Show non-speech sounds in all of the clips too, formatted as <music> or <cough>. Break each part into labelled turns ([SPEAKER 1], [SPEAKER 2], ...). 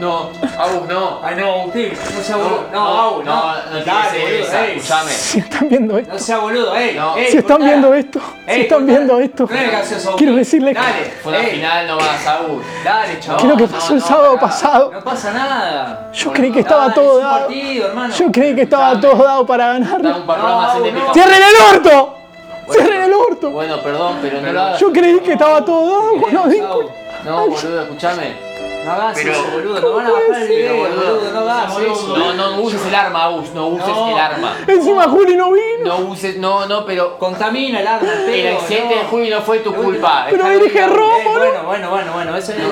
[SPEAKER 1] No, Agus, no.
[SPEAKER 2] Ay, no, Agustín, no sea boludo. No, Agus,
[SPEAKER 1] no,
[SPEAKER 2] no.
[SPEAKER 1] no
[SPEAKER 2] Dale,
[SPEAKER 1] tiene
[SPEAKER 2] boludo,
[SPEAKER 1] esa,
[SPEAKER 2] ey.
[SPEAKER 1] escuchame.
[SPEAKER 3] Si están viendo esto,
[SPEAKER 2] No sea boludo, ey.
[SPEAKER 1] No.
[SPEAKER 2] ey,
[SPEAKER 3] si están
[SPEAKER 2] cortala.
[SPEAKER 3] viendo esto, si
[SPEAKER 2] Ey,
[SPEAKER 3] están
[SPEAKER 2] cortala.
[SPEAKER 3] viendo esto,
[SPEAKER 2] No eres gracioso,
[SPEAKER 3] quiero
[SPEAKER 2] Agustín.
[SPEAKER 3] decirles
[SPEAKER 2] Dale,
[SPEAKER 1] Fue una
[SPEAKER 2] ey,
[SPEAKER 1] final nomás, Agus.
[SPEAKER 2] Dale, chaval.
[SPEAKER 3] que lo que
[SPEAKER 1] no,
[SPEAKER 3] pasó el
[SPEAKER 1] no,
[SPEAKER 3] sábado
[SPEAKER 1] pará.
[SPEAKER 3] pasado,
[SPEAKER 2] No pasa nada.
[SPEAKER 3] yo creí que estaba
[SPEAKER 2] Dale,
[SPEAKER 3] todo
[SPEAKER 2] es un
[SPEAKER 3] dado.
[SPEAKER 2] partido, hermano.
[SPEAKER 3] Yo creí que estaba todo dado para
[SPEAKER 1] Da
[SPEAKER 3] ganarlo.
[SPEAKER 1] un par
[SPEAKER 2] No,
[SPEAKER 1] más el de
[SPEAKER 2] no.
[SPEAKER 1] mi papá.
[SPEAKER 3] ¡Cierren el orto! ¡Cierren el orto!
[SPEAKER 1] Bueno, perdón, pero no lo hagas.
[SPEAKER 3] Yo creí que estaba todo dado cuando
[SPEAKER 2] Bien,
[SPEAKER 3] dijo.
[SPEAKER 2] Agus.
[SPEAKER 1] No, boludo, escuchame.
[SPEAKER 2] No hagas
[SPEAKER 1] Pero-
[SPEAKER 2] eso, boludo. No van a bajar el video,
[SPEAKER 1] Pero,
[SPEAKER 2] boludo. No hagas eso.
[SPEAKER 1] No, no uses el arma, Agus. No uses
[SPEAKER 2] No.
[SPEAKER 1] el arma.
[SPEAKER 3] Encima Juli no vino.
[SPEAKER 1] No uses, no, no, pero.
[SPEAKER 2] Contamina el arma,
[SPEAKER 1] El
[SPEAKER 2] pero,
[SPEAKER 1] accidente
[SPEAKER 2] no.
[SPEAKER 1] de Juli no fue tu
[SPEAKER 2] No,
[SPEAKER 1] culpa.
[SPEAKER 3] Pero
[SPEAKER 1] Está-
[SPEAKER 3] dirige
[SPEAKER 2] Eh,
[SPEAKER 3] Rómulo.
[SPEAKER 2] bueno, bueno, bueno, bueno, eso
[SPEAKER 1] No, no,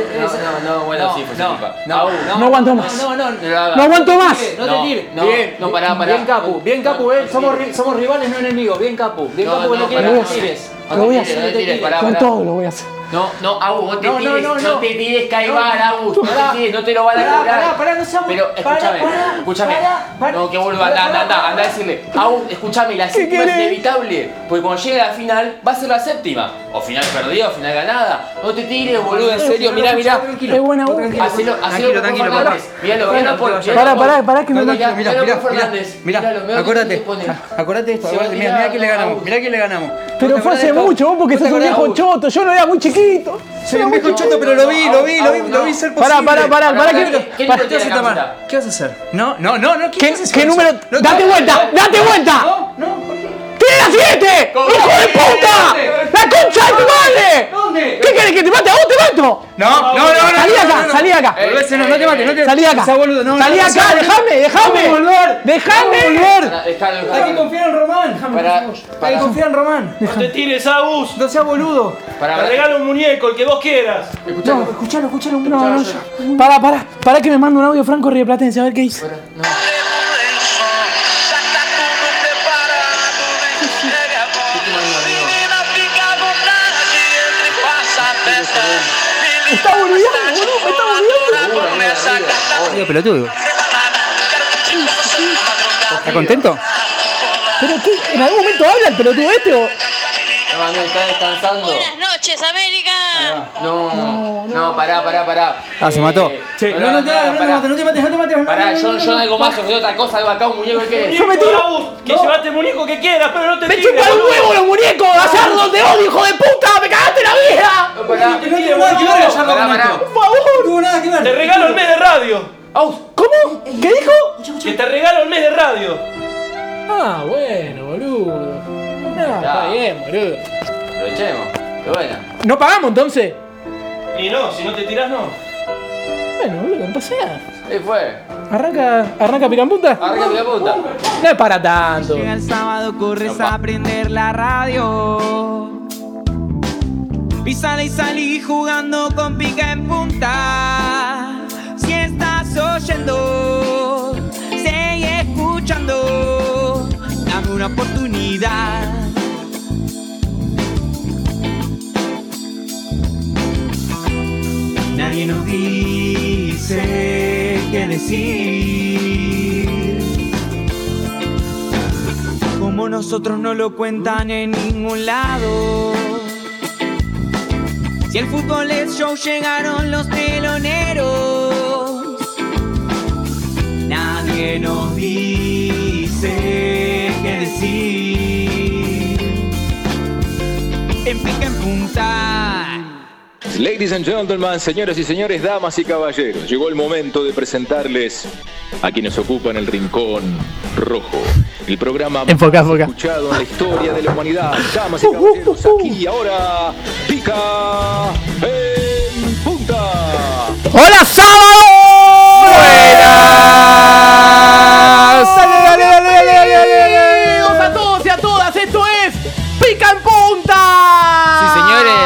[SPEAKER 1] no, no, bueno, sí, fue su
[SPEAKER 2] no,
[SPEAKER 1] culpa.
[SPEAKER 2] No,
[SPEAKER 1] Au,
[SPEAKER 3] no aguanto más.
[SPEAKER 2] No, no,
[SPEAKER 1] No lo hagas.
[SPEAKER 3] ¡No aguanto más!
[SPEAKER 2] No, no te tires.
[SPEAKER 1] no,
[SPEAKER 2] bien,
[SPEAKER 1] no, pará, pará.
[SPEAKER 2] Bien, Capu, bien, Capu,
[SPEAKER 1] No,
[SPEAKER 2] eh,
[SPEAKER 1] no te
[SPEAKER 2] somos,
[SPEAKER 1] tires.
[SPEAKER 2] ri- somos rivales, no enemigos. Bien, Capu, bien, Capu, no,
[SPEAKER 1] pará,
[SPEAKER 2] quieres no,
[SPEAKER 3] no te
[SPEAKER 2] tires.
[SPEAKER 1] No
[SPEAKER 3] Lo voy a
[SPEAKER 1] te
[SPEAKER 3] hacer,
[SPEAKER 1] tires, no te tires, pará,
[SPEAKER 3] Con
[SPEAKER 1] pará.
[SPEAKER 3] todo lo voy a hacer.
[SPEAKER 1] No, no, Agus, no te
[SPEAKER 2] No, no,
[SPEAKER 1] tires,
[SPEAKER 2] no,
[SPEAKER 1] no,
[SPEAKER 2] no.
[SPEAKER 1] te tires, Caibar, Agus, no
[SPEAKER 2] Pará.
[SPEAKER 1] te tires, no te lo van a
[SPEAKER 2] Pará,
[SPEAKER 1] cobrar.
[SPEAKER 2] pará, pará, no seas-
[SPEAKER 1] Pero
[SPEAKER 2] pará,
[SPEAKER 1] escúchame,
[SPEAKER 2] pará,
[SPEAKER 1] escúchame.
[SPEAKER 2] pará, pará.
[SPEAKER 1] No, que vuelva,
[SPEAKER 2] Pará,
[SPEAKER 1] anda,
[SPEAKER 2] pará,
[SPEAKER 1] anda, anda,
[SPEAKER 2] pará.
[SPEAKER 1] anda a decirle. Agus, escúchame, la séptima es
[SPEAKER 3] querés?
[SPEAKER 1] inevitable, porque cuando llegue la final va a ser la séptima. O final perdida, o final ganada. No te tires, boludo, en serio, mirá, mirá.
[SPEAKER 3] Es buena voz.
[SPEAKER 1] Hacelo, hacelo
[SPEAKER 4] Tranquilo,
[SPEAKER 1] por
[SPEAKER 4] tranquilo,
[SPEAKER 1] Fernández.
[SPEAKER 4] papá.
[SPEAKER 1] Míralo, míralo por. míralo
[SPEAKER 3] Pará,
[SPEAKER 1] por-
[SPEAKER 3] pará, pará que
[SPEAKER 4] No,
[SPEAKER 3] me
[SPEAKER 4] no,
[SPEAKER 3] mata.
[SPEAKER 4] mira, mira, mira, mira,
[SPEAKER 1] Mirá,
[SPEAKER 4] mira,
[SPEAKER 1] mirá, mirá,
[SPEAKER 4] acordate,
[SPEAKER 1] mirá, mirá.
[SPEAKER 4] acordate esto,
[SPEAKER 1] Se va
[SPEAKER 4] acordate,
[SPEAKER 1] a
[SPEAKER 4] mira,
[SPEAKER 1] tirar,
[SPEAKER 4] mira que le ganamos,
[SPEAKER 1] Agus.
[SPEAKER 4] mira que le ganamos. ¿No te
[SPEAKER 3] Pero fue
[SPEAKER 4] acordás de
[SPEAKER 3] hace
[SPEAKER 4] esto?
[SPEAKER 3] mucho, vos porque
[SPEAKER 4] ¿No te
[SPEAKER 3] sos un
[SPEAKER 4] acordás,
[SPEAKER 3] viejo
[SPEAKER 4] Agus?
[SPEAKER 3] choto, yo no era muy chiquito.
[SPEAKER 4] Soy un viejo choto, pero lo vi, lo vi, lo vi, lo vi ser
[SPEAKER 3] Pará,
[SPEAKER 4] posible.
[SPEAKER 3] pará, pará, pará, que-
[SPEAKER 4] ¿Qué- ¿Qué
[SPEAKER 1] pará.
[SPEAKER 4] te vas a tapar? ¿Qué vas a hacer? No, no, no, no,
[SPEAKER 3] ¿Qué,
[SPEAKER 4] vas a hacer
[SPEAKER 3] qué
[SPEAKER 4] con
[SPEAKER 3] número?
[SPEAKER 4] eso? No,
[SPEAKER 3] ¡Date
[SPEAKER 4] no,
[SPEAKER 3] vuelta! ¡Date vuelta!
[SPEAKER 4] No, no, ¿por qué?
[SPEAKER 3] ¡Tiene la siete! ¡Hijo de puta! ¡La concha de tu madre!
[SPEAKER 2] ¿Dónde?
[SPEAKER 3] ¿Qué querés que te mate? ¡A vos te mato!
[SPEAKER 4] No, no, no, no,
[SPEAKER 3] Salí
[SPEAKER 4] no,
[SPEAKER 3] acá,
[SPEAKER 4] no, no.
[SPEAKER 3] salí acá.
[SPEAKER 4] Volvé, si no, no te
[SPEAKER 1] Eh,
[SPEAKER 4] mates, no te
[SPEAKER 3] Salí acá.
[SPEAKER 4] no seas boludo, no,
[SPEAKER 3] Salí
[SPEAKER 4] no, no
[SPEAKER 3] acá,
[SPEAKER 4] seas boludo.
[SPEAKER 3] dejame, dejame.
[SPEAKER 4] Vamos a volver.
[SPEAKER 3] Dejame.
[SPEAKER 1] Pará, Dejalo,
[SPEAKER 4] Hay que
[SPEAKER 1] dejalo.
[SPEAKER 4] confiar en Román. Déjame,
[SPEAKER 1] Pará,
[SPEAKER 4] por favor. Hay
[SPEAKER 1] pará.
[SPEAKER 4] que confiar en Román.
[SPEAKER 5] No te tires, Agus.
[SPEAKER 4] No seas boludo.
[SPEAKER 1] Pará,
[SPEAKER 5] Te
[SPEAKER 1] pará.
[SPEAKER 5] regalo un muñeco, el que vos quieras.
[SPEAKER 1] Escuchá,
[SPEAKER 3] No,
[SPEAKER 4] Escuchalo, escuchalo un
[SPEAKER 3] no, no, yo- Pará, pará, pará que me manda un audio Franco Rieplatense, a ver qué dice.
[SPEAKER 1] pará, no. Ah,
[SPEAKER 3] Está boludeando, boludo, me está boludeando.
[SPEAKER 4] Oye, pelotudo. ¿Estás contento?
[SPEAKER 3] Pero qué, en algún momento habla el pelotudo este o.
[SPEAKER 1] No, no, está descansando.
[SPEAKER 6] Buenas noches, América.
[SPEAKER 1] No, no, pará, pará, pará.
[SPEAKER 4] Ah, se mató.
[SPEAKER 1] Eh,
[SPEAKER 4] Che,
[SPEAKER 1] pará,
[SPEAKER 4] no, no te
[SPEAKER 1] pará,
[SPEAKER 4] hagas, no te mates, no te
[SPEAKER 1] pará.
[SPEAKER 4] mates, no te mates. no,
[SPEAKER 1] Pará,
[SPEAKER 4] no,
[SPEAKER 1] yo,
[SPEAKER 4] no,
[SPEAKER 1] yo
[SPEAKER 4] no.
[SPEAKER 1] algo más, yo otra cosa, algo acá, un muñeco que
[SPEAKER 3] me
[SPEAKER 5] Muñeco,
[SPEAKER 3] tiro.
[SPEAKER 5] Agus, que llevaste el muñeco que quieras, pero no te
[SPEAKER 3] ¡Me
[SPEAKER 5] tires.
[SPEAKER 3] chupa el
[SPEAKER 5] boludo.
[SPEAKER 3] huevo los muñecos! ¡Gallardo, donde odio, hijo de puta! ¡Me cagaste la vida!
[SPEAKER 1] No, pará,
[SPEAKER 4] No tengo nada que ver, Gallardo,
[SPEAKER 1] pará,
[SPEAKER 4] con
[SPEAKER 1] pará.
[SPEAKER 4] esto.
[SPEAKER 3] ¡Por favor!
[SPEAKER 4] No tengo nada que ver.
[SPEAKER 5] Te regalo el mes de radio.
[SPEAKER 3] Au, ¿Cómo? ¿Qué dijo?
[SPEAKER 5] Que te regalo el mes de radio.
[SPEAKER 3] Ah, bueno, boludo. No, está bien, boludo.
[SPEAKER 1] Aprovechemos. Pero bueno.
[SPEAKER 3] ¿No pagamos entonces?
[SPEAKER 5] Y no, si no te tiras, no.
[SPEAKER 3] Bueno, boludo, no pasa nada.
[SPEAKER 1] Ahí fue.
[SPEAKER 3] Arranca, arranca Picapunta.
[SPEAKER 1] Arriba la punta.
[SPEAKER 3] No es para tanto.
[SPEAKER 7] Llega el sábado, corres a prender la radio. Y sale y salí jugando con pica en punta. Si estás oyendo, seguí escuchando. Dame una oportunidad. Nadie nos dice qué decir. Como nosotros no lo cuentan en ningún lado. Si el fútbol es show, llegaron los teloneros. Nadie nos dice qué decir. En pica en punta.
[SPEAKER 8] Ladies and gentlemen, señoras y señores, damas y caballeros, llegó el momento de presentarles a quienes ocupan el rincón rojo, el programa
[SPEAKER 3] Enfoca,
[SPEAKER 8] más
[SPEAKER 3] enfoca.
[SPEAKER 8] escuchado en Uh, la historia de la <laughs> humanidad. Damas y caballeros, aquí y ahora, pica en punta.
[SPEAKER 3] ¡Hola, sábado! ¡Buenas! ¡Dale, dale, dale, dale, dale! dale a todos y a todas! Esto es Pica en Punta.
[SPEAKER 1] Sí, señores.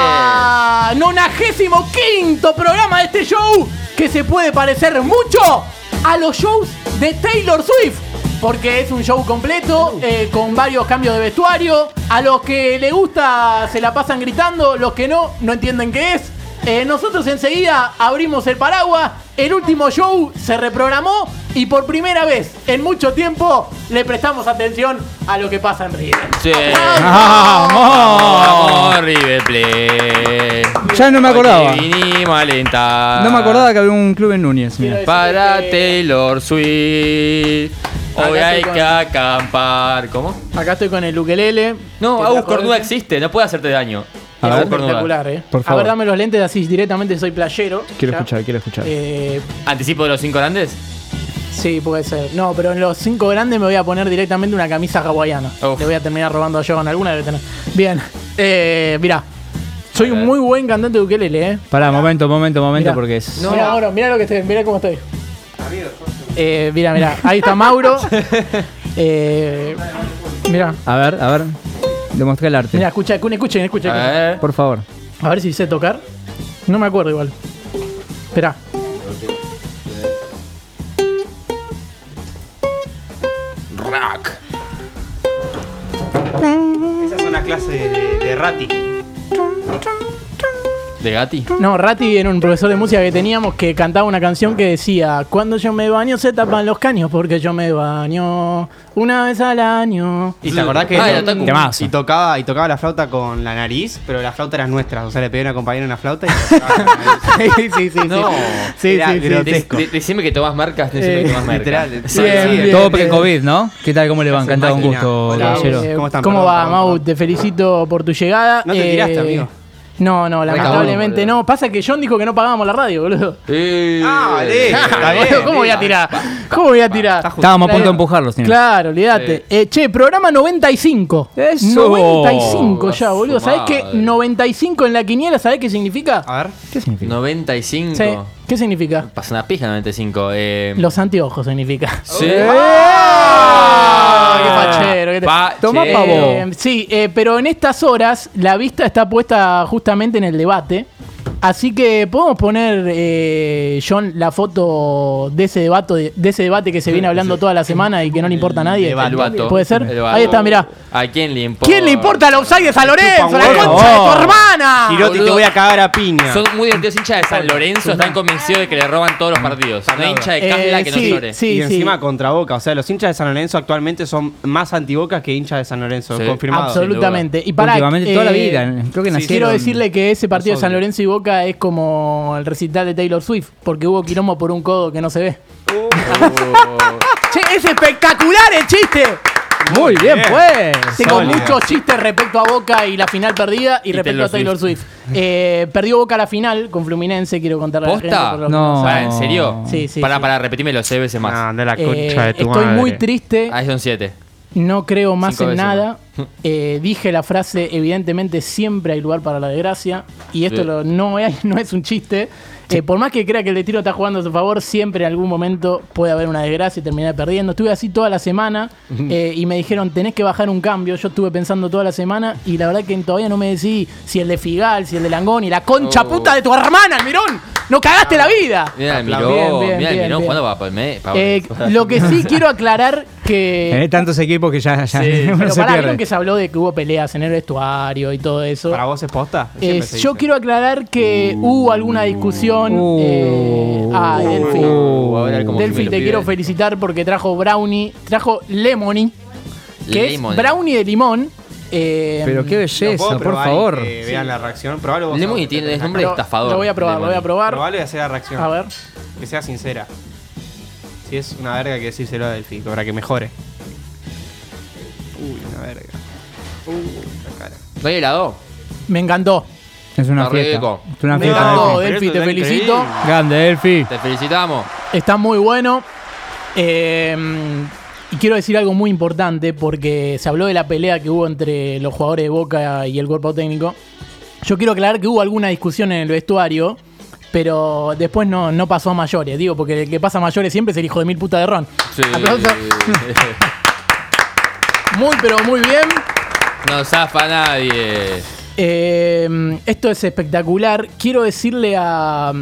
[SPEAKER 3] Nonagésimo quinto programa de este show que se puede parecer mucho a los shows de Taylor Swift. Porque es un show completo, eh, con varios cambios de vestuario. A los que le gusta se la pasan gritando, los que no, no entienden qué es. Eh, nosotros enseguida abrimos el paraguas, el último show se reprogramó y por primera vez en mucho tiempo le prestamos atención a lo que pasa en River.
[SPEAKER 9] Sí.
[SPEAKER 3] ¡Vamos!
[SPEAKER 9] River Plate.
[SPEAKER 10] Ya no me acordaba.
[SPEAKER 11] Aquí vinimos a alentar.
[SPEAKER 10] No me acordaba que había un club en Núñez. mira.
[SPEAKER 11] Para Taylor Swift. Hoy
[SPEAKER 3] Acá
[SPEAKER 11] hay
[SPEAKER 3] estoy
[SPEAKER 11] que
[SPEAKER 3] con-
[SPEAKER 11] acampar. ¿Cómo?
[SPEAKER 3] Acá estoy con el ukelele.
[SPEAKER 11] No,
[SPEAKER 3] Que
[SPEAKER 11] Agus
[SPEAKER 3] trajo
[SPEAKER 11] Cornuda
[SPEAKER 3] este.
[SPEAKER 11] existe, no puede hacerte daño.
[SPEAKER 10] A
[SPEAKER 11] Agus
[SPEAKER 10] ver.
[SPEAKER 11] Cornuda.
[SPEAKER 3] Espectacular, eh.
[SPEAKER 10] Por
[SPEAKER 3] A
[SPEAKER 10] favor.
[SPEAKER 3] ver, dame los lentes así, directamente soy playero.
[SPEAKER 10] Quiero
[SPEAKER 3] Ya.
[SPEAKER 10] escuchar, quiero escuchar.
[SPEAKER 3] Eh,
[SPEAKER 11] ¿Anticipo de los cinco grandes?
[SPEAKER 3] sí, puede ser. No, pero en los cinco grandes me voy a poner directamente una camisa hawaiana.
[SPEAKER 11] Uf.
[SPEAKER 3] Le voy a terminar robando a Johan alguna. Debe tener. Bien. Eh, mirá. Soy un
[SPEAKER 11] ver.
[SPEAKER 3] muy buen cantante de ukelele, eh.
[SPEAKER 10] Pará, momento, momento, momento,
[SPEAKER 3] Mirá.
[SPEAKER 10] porque es.
[SPEAKER 3] Mirá, Mauro, mirá lo que estoy, mirá cómo estoy. Eh, mirá, mirá, ahí
[SPEAKER 10] <laughs>
[SPEAKER 3] está Mauro. Eh, mirá,
[SPEAKER 10] A ver, a ver. Demostré el arte.
[SPEAKER 3] mirá, escucha, escuchen, escuchen, escuchen.
[SPEAKER 11] A
[SPEAKER 3] A
[SPEAKER 11] ver.
[SPEAKER 10] Por favor.
[SPEAKER 3] ver. si sé tocar. No me acuerdo igual. Esperá.
[SPEAKER 11] Rock.
[SPEAKER 12] Esa es una clase de, de rati.
[SPEAKER 11] ¿De Gatti?
[SPEAKER 3] No, Rati era un profesor de música que teníamos que cantaba una canción que decía Cuando yo me baño se tapan los caños porque yo me baño una vez al año.
[SPEAKER 13] Y te acordás que
[SPEAKER 11] Ah,
[SPEAKER 13] no-
[SPEAKER 11] el otaku.
[SPEAKER 13] y tocaba y tocaba la flauta con la nariz, pero la flauta era nuestra, o sea, le pedí a una compañera una flauta y la tocaba con la nariz.
[SPEAKER 10] sí, sí, sí.
[SPEAKER 11] No.
[SPEAKER 10] Sí,
[SPEAKER 13] Era
[SPEAKER 10] sí, sí.
[SPEAKER 11] De- de- decime que tomas marcas, decime
[SPEAKER 3] Eh,
[SPEAKER 11] que tomas marcas.
[SPEAKER 13] Literal.
[SPEAKER 10] Bien,
[SPEAKER 13] Sí,
[SPEAKER 10] bien, Todo pre-COVID, ¿no? ¿Qué tal? ¿Cómo le van? Cantado un
[SPEAKER 13] máquina.
[SPEAKER 10] gusto,
[SPEAKER 13] Hola.
[SPEAKER 10] caballero.
[SPEAKER 3] Eh,
[SPEAKER 13] ¿Cómo están?
[SPEAKER 3] ¿Cómo
[SPEAKER 13] Perdón,
[SPEAKER 3] va,
[SPEAKER 13] perdón,
[SPEAKER 3] Mau?
[SPEAKER 13] perdón.
[SPEAKER 3] Te felicito por tu llegada. Eh,
[SPEAKER 13] No te tiraste, amigo.
[SPEAKER 3] No, no, lamentablemente
[SPEAKER 11] boludo.
[SPEAKER 3] no. Pasa que John dijo que no pagábamos la radio, boludo. <laughs>
[SPEAKER 11] Eh,
[SPEAKER 13] Ah,
[SPEAKER 11] <laughs>
[SPEAKER 13] vale. Está bien,
[SPEAKER 3] ¿Cómo voy a tirar? ¿Cómo voy a tirar?
[SPEAKER 10] Estábamos a punto de empujarlos, señor.
[SPEAKER 3] Claro, olvídate. Eh, che, programa 95.
[SPEAKER 10] Eso.
[SPEAKER 3] 95 ya,
[SPEAKER 11] Su
[SPEAKER 3] boludo. ¿Sabés qué?
[SPEAKER 11] madre.
[SPEAKER 3] 95 en la quiniela, ¿sabés qué significa?
[SPEAKER 13] A ver.
[SPEAKER 10] ¿Qué significa?
[SPEAKER 11] 95.
[SPEAKER 3] Sí. ¿Qué significa?
[SPEAKER 11] Pasa una pija 95. Eh,
[SPEAKER 3] Los anteojos significa.
[SPEAKER 11] Sí.
[SPEAKER 3] Ah, qué fachero, qué te-
[SPEAKER 11] Fachero.
[SPEAKER 10] Tomá pa' vos.
[SPEAKER 3] Eh, sí, eh, pero en estas horas la vista está puesta justamente en el debate. Así que podemos poner, eh, John, la foto de ese debate, de ese debate que se viene hablando toda la semana y que no le importa a nadie.
[SPEAKER 11] El vato.
[SPEAKER 3] ¿Puede ser?
[SPEAKER 11] El vato.
[SPEAKER 3] Ahí está, mirá.
[SPEAKER 11] ¿A quién le importa?
[SPEAKER 3] ¿Quién le importa el offside de San Lorenzo? ¡La
[SPEAKER 13] huevo.
[SPEAKER 3] concha de tu
[SPEAKER 10] Oh.
[SPEAKER 3] hermana!
[SPEAKER 13] Tiroti, te
[SPEAKER 11] boludo.
[SPEAKER 13] voy a cagar a piña.
[SPEAKER 11] Son muy identidades hinchas de San Lorenzo, están convencidos de que le roban todos los partidos. Una hincha de Casla
[SPEAKER 3] Ah. Eh,
[SPEAKER 11] que
[SPEAKER 3] sí,
[SPEAKER 11] no llore.
[SPEAKER 3] sí,
[SPEAKER 13] y
[SPEAKER 3] sí.
[SPEAKER 13] encima contra Boca, o sea, los hinchas de San Lorenzo actualmente son más antibocas que hinchas de San Lorenzo,
[SPEAKER 11] Sí.
[SPEAKER 13] confirmado.
[SPEAKER 3] Absolutamente. Y para
[SPEAKER 10] Últimamente, toda la vida, creo que nacieron-
[SPEAKER 3] Quiero decirle que ese partido de
[SPEAKER 13] Los
[SPEAKER 3] San
[SPEAKER 13] odio.
[SPEAKER 3] Lorenzo y Boca es como el recital de Taylor Swift, porque hubo quilombo por un codo que no se ve. Che, es espectacular el chiste.
[SPEAKER 10] Muy bien, pues.
[SPEAKER 3] Tengo
[SPEAKER 13] Sólido.
[SPEAKER 3] muchos chistes respecto a Boca y la final perdida y, respecto
[SPEAKER 11] Taylor
[SPEAKER 3] a Taylor Swift. Eh, perdió Boca la final con Fluminense, quiero contarle a la gente.
[SPEAKER 11] ¿Posta?
[SPEAKER 3] por lo que
[SPEAKER 10] No.
[SPEAKER 3] sabe.
[SPEAKER 11] Pará, ¿en serio?
[SPEAKER 3] Sí, sí,
[SPEAKER 11] Para,
[SPEAKER 3] sí.
[SPEAKER 11] para, repetímelo, se veces más.
[SPEAKER 13] Ah, de la
[SPEAKER 3] Eh,
[SPEAKER 13] concha de tu
[SPEAKER 3] estoy
[SPEAKER 13] madre.
[SPEAKER 3] muy triste.
[SPEAKER 11] Ahí son siete.
[SPEAKER 3] No creo más
[SPEAKER 11] Cinco
[SPEAKER 3] en
[SPEAKER 11] veces <laughs>
[SPEAKER 3] nada. Eh, dije la frase, evidentemente siempre hay lugar para la desgracia. Y esto
[SPEAKER 11] Sí.
[SPEAKER 3] lo- no, es, <laughs> no es un chiste. Eh, por más que crea que el destino está jugando a su favor, siempre en algún momento puede haber una desgracia y terminar perdiendo. Estuve así toda la semana eh, y me dijeron, tenés que bajar un cambio. Yo estuve pensando toda la semana y la verdad que todavía no me decidí si el de Figal, si el de Langoni, la concha
[SPEAKER 11] Oh. Ah,
[SPEAKER 3] puta de tu hermana, Almirón. No cagaste la vida.
[SPEAKER 11] Mira el
[SPEAKER 3] Bien,
[SPEAKER 11] mirón,
[SPEAKER 3] bien,
[SPEAKER 11] mira el
[SPEAKER 3] bien,
[SPEAKER 11] mirón
[SPEAKER 3] bien.
[SPEAKER 11] jugando para Palme. para- <laughs>
[SPEAKER 3] Eh, lo que sí quiero aclarar
[SPEAKER 13] <laughs>
[SPEAKER 3] que...
[SPEAKER 13] ¿Eh?
[SPEAKER 10] Tenés tantos equipos que ya, ya uno
[SPEAKER 3] Eh, Pero
[SPEAKER 10] se
[SPEAKER 3] pará,
[SPEAKER 10] pierde.
[SPEAKER 3] vieron que se habló de que hubo peleas en el vestuario y todo eso.
[SPEAKER 13] ¿Para vos es posta?
[SPEAKER 3] Eh,
[SPEAKER 13] Siempre se
[SPEAKER 3] yo
[SPEAKER 13] dice.
[SPEAKER 3] quiero aclarar que hubo alguna discusión.
[SPEAKER 10] Uh.
[SPEAKER 3] eh, ah, Delphi.
[SPEAKER 11] Uh, a ver cómo
[SPEAKER 3] Delphi,
[SPEAKER 11] me lo
[SPEAKER 3] te
[SPEAKER 11] pide.
[SPEAKER 3] quiero felicitar porque trajo brownie, trajo lemony, que
[SPEAKER 11] Lemon.
[SPEAKER 3] es brownie de limón. eh,
[SPEAKER 10] Pero qué
[SPEAKER 13] ¿Lo puedo
[SPEAKER 10] belleza, por
[SPEAKER 13] probar y
[SPEAKER 10] favor.
[SPEAKER 13] que vean la reacción. Probalo vos.
[SPEAKER 11] Lemony
[SPEAKER 13] Agus,
[SPEAKER 11] tiene
[SPEAKER 13] que
[SPEAKER 11] el
[SPEAKER 13] tenés
[SPEAKER 11] nombre de
[SPEAKER 3] lo-
[SPEAKER 11] estafador.
[SPEAKER 3] Lo voy a probar, lo voy a
[SPEAKER 13] acá.
[SPEAKER 3] probar.
[SPEAKER 13] Probalo y hacer la reacción.
[SPEAKER 3] A ver.
[SPEAKER 13] Que sea sincera. Si es una verga, hay que decírselo a Delphi, para que mejore. Uy, una verga. Uy, la cara.
[SPEAKER 11] ¿No hay helado?
[SPEAKER 3] Me encantó.
[SPEAKER 10] Es una
[SPEAKER 11] Está
[SPEAKER 10] fiesta.
[SPEAKER 11] rico.
[SPEAKER 10] Es una
[SPEAKER 3] Me
[SPEAKER 13] No,
[SPEAKER 10] fiesta.
[SPEAKER 3] encantó,
[SPEAKER 13] pero
[SPEAKER 3] Delphi,
[SPEAKER 13] esto
[SPEAKER 3] te
[SPEAKER 13] está
[SPEAKER 3] felicito.
[SPEAKER 13] increíble.
[SPEAKER 10] Delphi. Grande, Delphi.
[SPEAKER 11] Te felicitamos.
[SPEAKER 3] Está muy bueno. Eh, y quiero decir algo muy importante porque se habló de la pelea que hubo entre los jugadores de Boca y el cuerpo técnico. Yo quiero aclarar que hubo alguna discusión en el vestuario, pero después no, no pasó a mayores, digo, porque el que pasa a mayores siempre es el hijo de mil puta de Ron.
[SPEAKER 11] Sí.
[SPEAKER 3] Aplauso. Muy, pero muy bien.
[SPEAKER 11] No zafa nadie.
[SPEAKER 3] Eh, esto es espectacular. Quiero decirle a,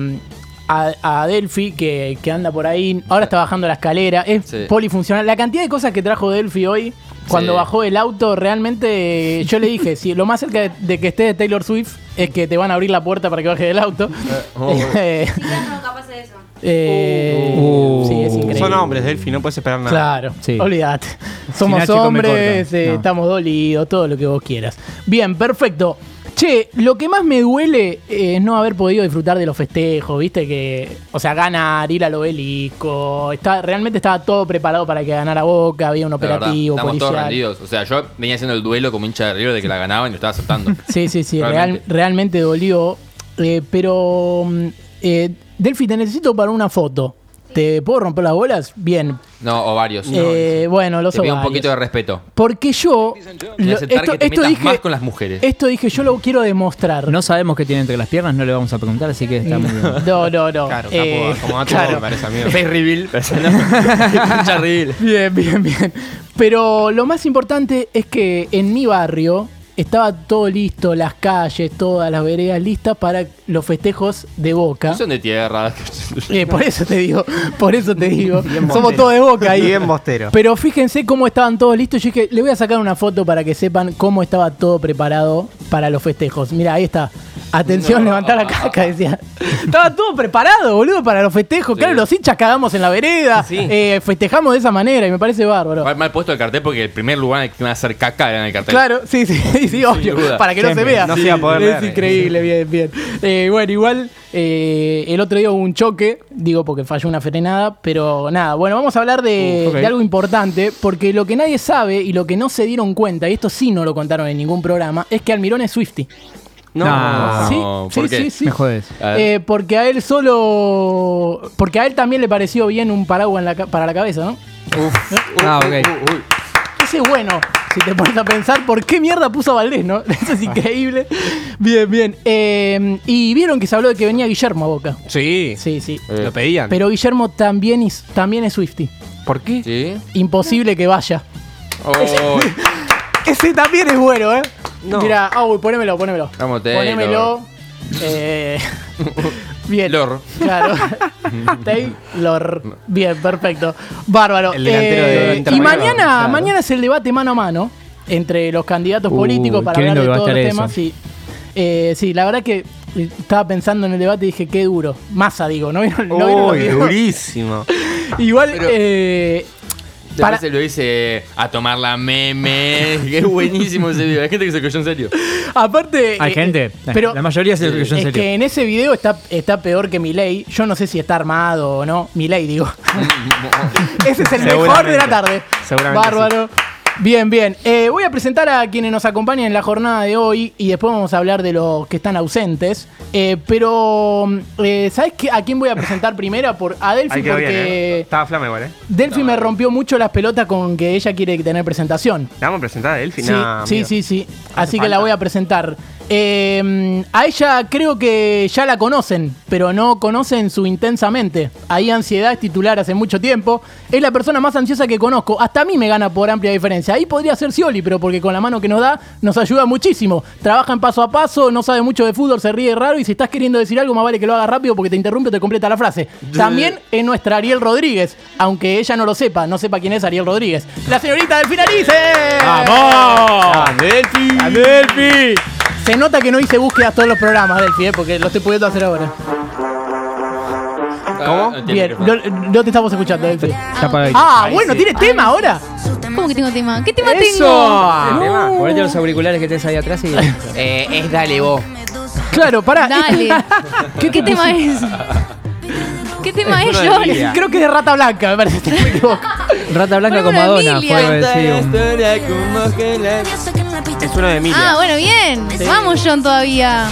[SPEAKER 3] a, a Delphi que, que anda por ahí. Ahora está bajando la escalera. Es
[SPEAKER 11] Sí.
[SPEAKER 3] polifuncional. La cantidad de cosas que trajo Delphi hoy, cuando
[SPEAKER 11] Sí.
[SPEAKER 3] bajó el auto, realmente yo le dije: si lo más cerca de, de que esté de Taylor Swift es que te van a abrir la puerta para que baje del auto.
[SPEAKER 11] oh.
[SPEAKER 3] Eh,
[SPEAKER 6] no capaz de eso.
[SPEAKER 3] <laughs> eh,
[SPEAKER 10] Oh.
[SPEAKER 3] sí, es increíble.
[SPEAKER 13] Son hombres, Delphi, no puedes esperar nada.
[SPEAKER 3] Claro,
[SPEAKER 10] Sí.
[SPEAKER 3] olvídate. Somos
[SPEAKER 10] Nachi come
[SPEAKER 3] hombres,
[SPEAKER 10] corta.
[SPEAKER 3] eh,
[SPEAKER 10] No.
[SPEAKER 3] estamos dolidos, todo lo que vos quieras. Bien, perfecto. Che, lo que más me duele eh, es no haber podido disfrutar de los festejos, viste que, o sea, ganar, ir al obelisco, está, realmente estaba todo preparado para que ganara Boca, había un
[SPEAKER 11] La verdad,
[SPEAKER 3] operativo
[SPEAKER 11] estamos todos
[SPEAKER 3] policial.
[SPEAKER 11] rendidos. O sea, yo venía haciendo el duelo como hincha de River de que la ganaba y lo
[SPEAKER 3] <laughs>
[SPEAKER 11] estaba aceptando.
[SPEAKER 3] Sí, sí, sí, real- realmente,
[SPEAKER 11] Realmente.
[SPEAKER 3] dolió, eh, pero mm, eh, Delphi te necesito para una foto. ¿Te puedo romper las bolas? Bien.
[SPEAKER 11] No, o varios.
[SPEAKER 3] Eh, bueno, los
[SPEAKER 11] Te pido un
[SPEAKER 3] ovarios.
[SPEAKER 11] poquito
[SPEAKER 3] <laughs>
[SPEAKER 11] de respeto.
[SPEAKER 3] Porque yo
[SPEAKER 11] Y
[SPEAKER 3] lo-
[SPEAKER 11] aceptar
[SPEAKER 3] esto,
[SPEAKER 11] que te
[SPEAKER 3] esto
[SPEAKER 11] metas
[SPEAKER 3] dije
[SPEAKER 11] más con las mujeres.
[SPEAKER 3] esto dije yo lo quiero demostrar.
[SPEAKER 7] No sabemos qué tiene entre las piernas, no le vamos a preguntar, así que está muy bien.
[SPEAKER 3] No, no, no.
[SPEAKER 13] Claro,
[SPEAKER 3] Eh,
[SPEAKER 13] capo, como a tu
[SPEAKER 3] claro.
[SPEAKER 13] me parece a mí.
[SPEAKER 11] Face reveal.
[SPEAKER 3] Bien, bien, bien. Pero lo más importante es que en mi barrio estaba todo listo, las calles, todas las veredas listas para los festejos de Boca.
[SPEAKER 11] Son
[SPEAKER 3] <laughs>
[SPEAKER 11] de tierra.
[SPEAKER 3] Eh, por eso te digo, por eso te digo. Somos
[SPEAKER 13] bostero.
[SPEAKER 3] todos de Boca ahí.
[SPEAKER 13] Bien bostero.
[SPEAKER 3] Pero fíjense cómo estaban todos listos. Yo dije, le voy a sacar una foto para que sepan cómo estaba todo preparado para los festejos. Mira, ahí está. Atención, levantar la caca, decía. Estaba todo preparado, boludo, para los festejos. Claro, los hinchas cagamos en la vereda, eh, festejamos de esa manera y me parece bárbaro.
[SPEAKER 11] Mal, mal puesto el cartel porque el primer lugar en el que me va a hacer caca era en el cartel.
[SPEAKER 3] Claro, sí, <laughs> sí, sí, obvio.
[SPEAKER 11] duda.
[SPEAKER 3] Para que no se
[SPEAKER 13] Siempre,
[SPEAKER 3] vea.
[SPEAKER 13] no se iba a poder
[SPEAKER 3] es
[SPEAKER 13] ver.
[SPEAKER 3] increíble, bien, bien. Eh, bueno, igual eh, el otro día hubo un choque, digo porque falló una frenada, pero nada, bueno, vamos a hablar de,
[SPEAKER 13] Mm, ok.
[SPEAKER 3] de algo importante, porque lo que nadie sabe y lo que no se dieron cuenta, y esto sí no lo contaron en ningún programa, es que Almirón es Swifty.
[SPEAKER 13] No.
[SPEAKER 7] No.
[SPEAKER 3] sí,
[SPEAKER 11] Ah, ¿por
[SPEAKER 3] sí,
[SPEAKER 11] qué?
[SPEAKER 3] sí, sí.
[SPEAKER 7] Me jodes.
[SPEAKER 11] A ver.
[SPEAKER 3] Eh, porque a él solo. Porque a él también le pareció bien un paraguas en la ca- para la cabeza, ¿no?
[SPEAKER 7] Ah,
[SPEAKER 13] Uh,
[SPEAKER 7] ok.
[SPEAKER 3] Ese es bueno, si te pones a pensar por qué mierda puso a Valdés, ¿no? <laughs> Eso es increíble. Bien, bien. Eh, y vieron que se habló de que venía Guillermo a Boca.
[SPEAKER 13] Sí,
[SPEAKER 3] Sí, sí.
[SPEAKER 13] lo pedían.
[SPEAKER 3] Pero Guillermo también, is- también es Swifty.
[SPEAKER 13] ¿Por
[SPEAKER 3] <laughs>
[SPEAKER 13] qué?
[SPEAKER 11] ¿Sí?
[SPEAKER 3] Imposible que vaya.
[SPEAKER 11] Oh,
[SPEAKER 3] Ese también es bueno, ¿eh?
[SPEAKER 13] No.
[SPEAKER 3] Mira, ah, uy, ponémelo, ponémelo.
[SPEAKER 11] Vamos, Taylor.
[SPEAKER 3] Ponémelo. Eh, <laughs> bien.
[SPEAKER 11] Lor. <laughs>
[SPEAKER 3] Claro. Taylor. Bien, perfecto. Bárbaro.
[SPEAKER 13] El delantero
[SPEAKER 3] Eh,
[SPEAKER 13] de Inter
[SPEAKER 3] y
[SPEAKER 13] Miami.
[SPEAKER 3] mañana,
[SPEAKER 13] Claro.
[SPEAKER 3] mañana es el debate mano a mano entre los candidatos
[SPEAKER 7] Uh,
[SPEAKER 3] políticos para
[SPEAKER 7] qué
[SPEAKER 3] hablar
[SPEAKER 7] lindo
[SPEAKER 3] de
[SPEAKER 7] que va a
[SPEAKER 3] todos los
[SPEAKER 7] estar
[SPEAKER 3] temas.
[SPEAKER 7] eso.
[SPEAKER 3] Sí. Eh, sí, la verdad que eh, estaba pensando en el debate y dije, qué duro. Masa, digo, ¿no vieron, no vieron los
[SPEAKER 13] Uy,
[SPEAKER 3] videos?
[SPEAKER 13] durísimo.
[SPEAKER 3] Igual,
[SPEAKER 11] Pero-
[SPEAKER 3] eh,
[SPEAKER 11] Para...
[SPEAKER 3] Para-
[SPEAKER 11] Después se lo dice a tomar la meme.
[SPEAKER 3] <laughs>
[SPEAKER 11] Qué buenísimo ese video. Hay gente que se cogió en serio.
[SPEAKER 3] aparte...
[SPEAKER 7] Hay
[SPEAKER 3] eh,
[SPEAKER 7] gente.
[SPEAKER 3] pero-
[SPEAKER 7] la mayoría se lo creyó en
[SPEAKER 3] Es
[SPEAKER 7] serio.
[SPEAKER 3] que en ese video está, está peor que Milei. Yo no sé si está armado o no. Milei, digo.
[SPEAKER 12] <laughs>
[SPEAKER 3] ese es el mejor de la tarde.
[SPEAKER 13] Seguramente
[SPEAKER 3] Bárbaro. Bien, bien. Eh, voy a presentar a quienes nos acompañan en la jornada de hoy y después vamos a hablar de los que están ausentes. Eh, pero, eh, ¿sabes qué? a quién voy a presentar primero? Por, a Delphi,
[SPEAKER 12] Ahí quedó
[SPEAKER 3] porque
[SPEAKER 12] bien, ¿eh? Estaba flama igual, ¿eh?
[SPEAKER 3] Delphi me rompió mucho las pelotas con que ella quiere tener presentación.
[SPEAKER 12] La vamos a presentar a Delphi.
[SPEAKER 3] Sí,
[SPEAKER 12] Nah,
[SPEAKER 3] sí,
[SPEAKER 12] amigo.
[SPEAKER 3] sí, sí. Así que la
[SPEAKER 12] falta.
[SPEAKER 3] voy a presentar. Eh, a ella creo que ya la conocen, pero no conocen su intensamente. Ahí ansiedad es titular hace mucho tiempo. Es la persona más ansiosa que conozco. Hasta a mí me gana por amplia diferencia. Ahí podría ser Scioli, pero porque con la mano que nos da nos ayuda muchísimo. Trabaja en paso a paso, no sabe mucho de fútbol, se ríe raro y si estás queriendo decir algo más vale que lo hagas rápido porque te interrumpe o te completa la frase. También es nuestra Ariel Rodríguez, aunque ella no lo sepa, no sepa quién es Ariel Rodríguez. La señorita del finalice. Ah,
[SPEAKER 11] Ah,
[SPEAKER 13] Delphi.
[SPEAKER 3] Se nota que no hice búsquedas todos los programas, Delphi, ¿eh? porque lo estoy pudiendo hacer ahora.
[SPEAKER 11] ¿Cómo?
[SPEAKER 3] Bien, no, no te estamos escuchando, Delphi.
[SPEAKER 7] Está apagado.
[SPEAKER 3] Ah, bueno, tiene tema ahora.
[SPEAKER 6] ¿Cómo que tengo tema? ¿Qué tema
[SPEAKER 7] ¡Eso! Ponete los auriculares que tenés ahí atrás y.
[SPEAKER 11] es dale vos.
[SPEAKER 3] Claro, pará.
[SPEAKER 6] Dale.
[SPEAKER 3] <laughs>
[SPEAKER 6] ¿Qué, qué tema es? ¿Qué tema es,
[SPEAKER 11] uno de
[SPEAKER 6] John?
[SPEAKER 11] Emilia.
[SPEAKER 3] Creo que es de rata blanca, me parece.
[SPEAKER 7] <laughs>
[SPEAKER 3] me equivoco.
[SPEAKER 7] Rata blanca
[SPEAKER 6] Poneme
[SPEAKER 7] con
[SPEAKER 6] una
[SPEAKER 7] Madonna.
[SPEAKER 6] Emilia.
[SPEAKER 7] Fue, sí, un-
[SPEAKER 12] Es uno de
[SPEAKER 6] Ah,
[SPEAKER 12] Emilia.
[SPEAKER 6] bueno, bien. Vamos, John, todavía.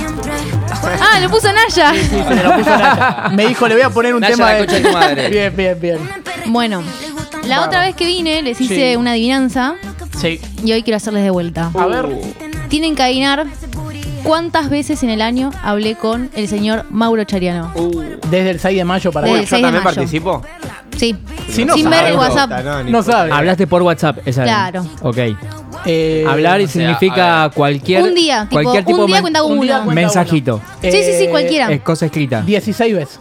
[SPEAKER 6] Ah, lo puso Naya.
[SPEAKER 3] Se lo puso Naya. Me dijo, le voy a poner un
[SPEAKER 11] Naya,
[SPEAKER 3] tema
[SPEAKER 11] la
[SPEAKER 3] de.
[SPEAKER 11] concha de tu madre.
[SPEAKER 3] <laughs> Bien, bien, bien.
[SPEAKER 6] Bueno, la otra vez que vine les hice
[SPEAKER 3] Sí.
[SPEAKER 6] una adivinanza
[SPEAKER 3] Sí.
[SPEAKER 6] y hoy quiero hacerles de vuelta. Uh.
[SPEAKER 3] A ver.
[SPEAKER 6] Tienen que adivinar cuántas veces en el año hablé con el señor Mauro Chariano.
[SPEAKER 3] Desde el 6 de mayo para
[SPEAKER 6] Desde
[SPEAKER 3] acá.
[SPEAKER 6] el 6 de
[SPEAKER 12] ¿También
[SPEAKER 6] mayo.
[SPEAKER 12] participo?
[SPEAKER 6] Sí.
[SPEAKER 3] Si no
[SPEAKER 6] Sin
[SPEAKER 3] sabe,
[SPEAKER 6] ver el
[SPEAKER 3] no.
[SPEAKER 6] WhatsApp.
[SPEAKER 3] No sabe.
[SPEAKER 7] Hablaste por WhatsApp esa vez.
[SPEAKER 6] Claro.
[SPEAKER 7] Ok.
[SPEAKER 3] Eh,
[SPEAKER 7] Hablar y
[SPEAKER 11] sea,
[SPEAKER 7] significa
[SPEAKER 11] a ver.
[SPEAKER 7] cualquier.
[SPEAKER 6] Un día, tipo,
[SPEAKER 7] cualquier tipo
[SPEAKER 6] un día
[SPEAKER 7] de men-
[SPEAKER 6] cuenta con
[SPEAKER 3] un día
[SPEAKER 6] uno.
[SPEAKER 3] cuenta
[SPEAKER 7] Mensajito.
[SPEAKER 3] eh,
[SPEAKER 6] Sí, sí, sí, cualquiera.
[SPEAKER 7] Es cosa escrita.
[SPEAKER 3] 16 veces.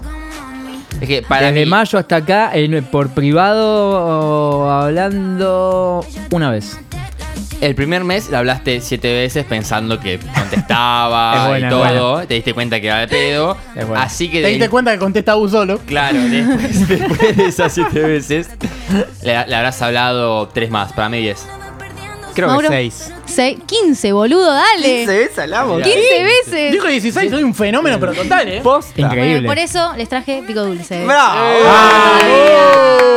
[SPEAKER 11] Es que para
[SPEAKER 7] Desde
[SPEAKER 11] mí,
[SPEAKER 7] mayo hasta acá, en- por privado, hablando una vez.
[SPEAKER 11] el primer mes la hablaste siete veces pensando que contestaba
[SPEAKER 7] Es buena,
[SPEAKER 11] y
[SPEAKER 7] es
[SPEAKER 11] todo. Te diste cuenta que era de pedo.
[SPEAKER 7] Es buena.
[SPEAKER 11] Así que
[SPEAKER 3] Te diste cuenta que contesta un solo.
[SPEAKER 11] <laughs> Claro, después, después de esas siete veces le, le habrás hablado tres más, para mí diez.
[SPEAKER 13] Creo
[SPEAKER 6] Mauro?
[SPEAKER 13] que seis.
[SPEAKER 6] Sei- 15, boludo, dale.
[SPEAKER 13] 15 veces hablamos.
[SPEAKER 6] 15 veces.
[SPEAKER 3] Dijo 16, soy un fenómeno, pero total, ¿eh?
[SPEAKER 6] Bueno, por e- eso les traje pico dulce.
[SPEAKER 11] La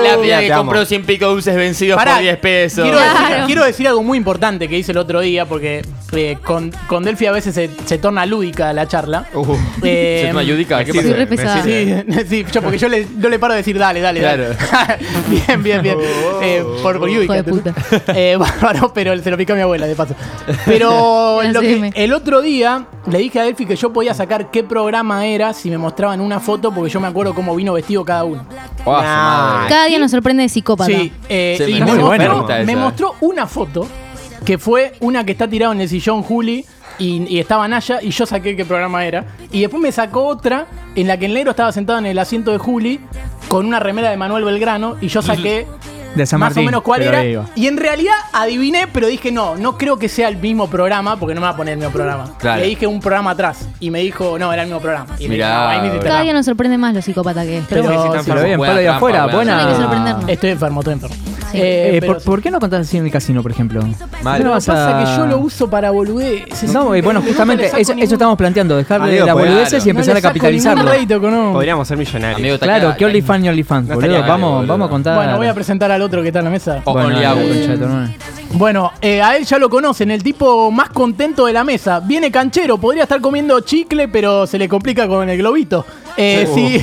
[SPEAKER 3] Uh, Mira,
[SPEAKER 11] piba
[SPEAKER 3] te
[SPEAKER 11] que
[SPEAKER 3] amo.
[SPEAKER 11] compró 100 pico dulces vencidos
[SPEAKER 3] Pará,
[SPEAKER 11] por 10 pesos.
[SPEAKER 3] Quiero, decir, quiero decir algo muy importante que hice el otro día, porque eh, con, con Delphi a veces se, se torna lúdica la charla.
[SPEAKER 13] Uh,
[SPEAKER 3] Eh,
[SPEAKER 11] Uh, ¿Se torna lúdica? ¿Qué
[SPEAKER 3] sí,
[SPEAKER 11] pasó?
[SPEAKER 3] soy re
[SPEAKER 11] Me
[SPEAKER 3] pesada.
[SPEAKER 11] sirve.
[SPEAKER 3] Sí, <laughs> sí, yo- porque yo le- no le paro de decir dale, dale, dale. <laughs> bien, bien, bien.
[SPEAKER 11] Oh,
[SPEAKER 3] Eh, por por lúdica. entonces. Eh, <laughs> bárbaro, pero se lo picó a mi abuela, de paso. Pero
[SPEAKER 6] Gracias,
[SPEAKER 3] lo que-
[SPEAKER 6] M.
[SPEAKER 3] el otro día le dije a Delphi que yo podía sacar qué programa era si me mostraban una foto, porque yo me acuerdo cómo vino vestido cada uno.
[SPEAKER 11] Guau, su madre.
[SPEAKER 6] Cada día nos sorprende de psicópata.
[SPEAKER 3] Sí, eh,
[SPEAKER 11] Sí,
[SPEAKER 3] y
[SPEAKER 11] me-
[SPEAKER 3] me,
[SPEAKER 11] muy
[SPEAKER 3] mostró,
[SPEAKER 11] buena. Me gusta
[SPEAKER 3] me
[SPEAKER 11] esa.
[SPEAKER 3] mostró una foto que fue una que está tirada en el sillón Juli y, y estaba Naya y yo saqué qué programa era. Y después me sacó otra en la que el negro estaba sentado en el asiento de Juli con una remera de Manuel Belgrano y yo saqué
[SPEAKER 7] De San
[SPEAKER 3] más
[SPEAKER 7] Martín,
[SPEAKER 3] o menos cuál
[SPEAKER 7] pero
[SPEAKER 3] era.
[SPEAKER 7] ahí iba.
[SPEAKER 3] Y en realidad adiviné, pero dije no, no creo que sea el mismo programa porque no me va a poner el mismo programa.
[SPEAKER 11] Claro.
[SPEAKER 3] Le dije un programa atrás y me dijo no, era el mismo programa. Y le dije,
[SPEAKER 11] Mirá,
[SPEAKER 3] "No, ahí me hiciste
[SPEAKER 6] Cada
[SPEAKER 3] la-".
[SPEAKER 6] día nos sorprende más los psicópatas que es. Pero
[SPEAKER 3] Pero-
[SPEAKER 6] bueno,
[SPEAKER 3] Sí,
[SPEAKER 7] Pero bien,
[SPEAKER 11] buena
[SPEAKER 7] palo de
[SPEAKER 11] trampa,
[SPEAKER 7] afuera,
[SPEAKER 11] buena
[SPEAKER 7] buena.
[SPEAKER 11] trampa.
[SPEAKER 6] hay que sorprendernos.
[SPEAKER 3] Estoy enfermo, estoy enfermo.
[SPEAKER 6] Sí.
[SPEAKER 3] Eh,
[SPEAKER 7] Eh,
[SPEAKER 3] pero
[SPEAKER 7] ¿por, por qué no contás así en el casino, por ejemplo? No
[SPEAKER 3] Lo
[SPEAKER 11] Mal.
[SPEAKER 3] que
[SPEAKER 7] vas
[SPEAKER 3] pasa
[SPEAKER 7] a-
[SPEAKER 3] es que yo lo uso para boludeces.
[SPEAKER 7] No, eh,
[SPEAKER 3] <laughs>
[SPEAKER 7] bueno,
[SPEAKER 3] Nunca
[SPEAKER 7] justamente
[SPEAKER 3] le saco
[SPEAKER 7] eso,
[SPEAKER 3] ningún-
[SPEAKER 7] eso estamos planteando, dejar de
[SPEAKER 13] Amigo,
[SPEAKER 7] la
[SPEAKER 13] pues,
[SPEAKER 7] boludeces
[SPEAKER 11] claro.
[SPEAKER 7] y empezar
[SPEAKER 3] no
[SPEAKER 7] a
[SPEAKER 3] le saco
[SPEAKER 7] capitalizarlo.
[SPEAKER 3] ningún rédito, no.
[SPEAKER 13] Podríamos ser millonarios.
[SPEAKER 11] Amigo, está
[SPEAKER 7] Claro,
[SPEAKER 11] acá-
[SPEAKER 7] que OnlyFans y OnlyFans,
[SPEAKER 13] No
[SPEAKER 7] boludo.
[SPEAKER 13] estaría mal,
[SPEAKER 7] Vamos,
[SPEAKER 11] boludo.
[SPEAKER 7] vamos a contar.
[SPEAKER 3] Bueno, voy a presentar al otro que está en la mesa.
[SPEAKER 11] O
[SPEAKER 7] Bueno,
[SPEAKER 11] Only
[SPEAKER 7] la
[SPEAKER 11] Out.
[SPEAKER 7] concha de tu hermana.
[SPEAKER 3] Bueno, eh, a él ya lo conocen, el tipo más contento de la mesa. Viene canchero, podría estar comiendo chicle, pero se le complica con el globito. Eh, si,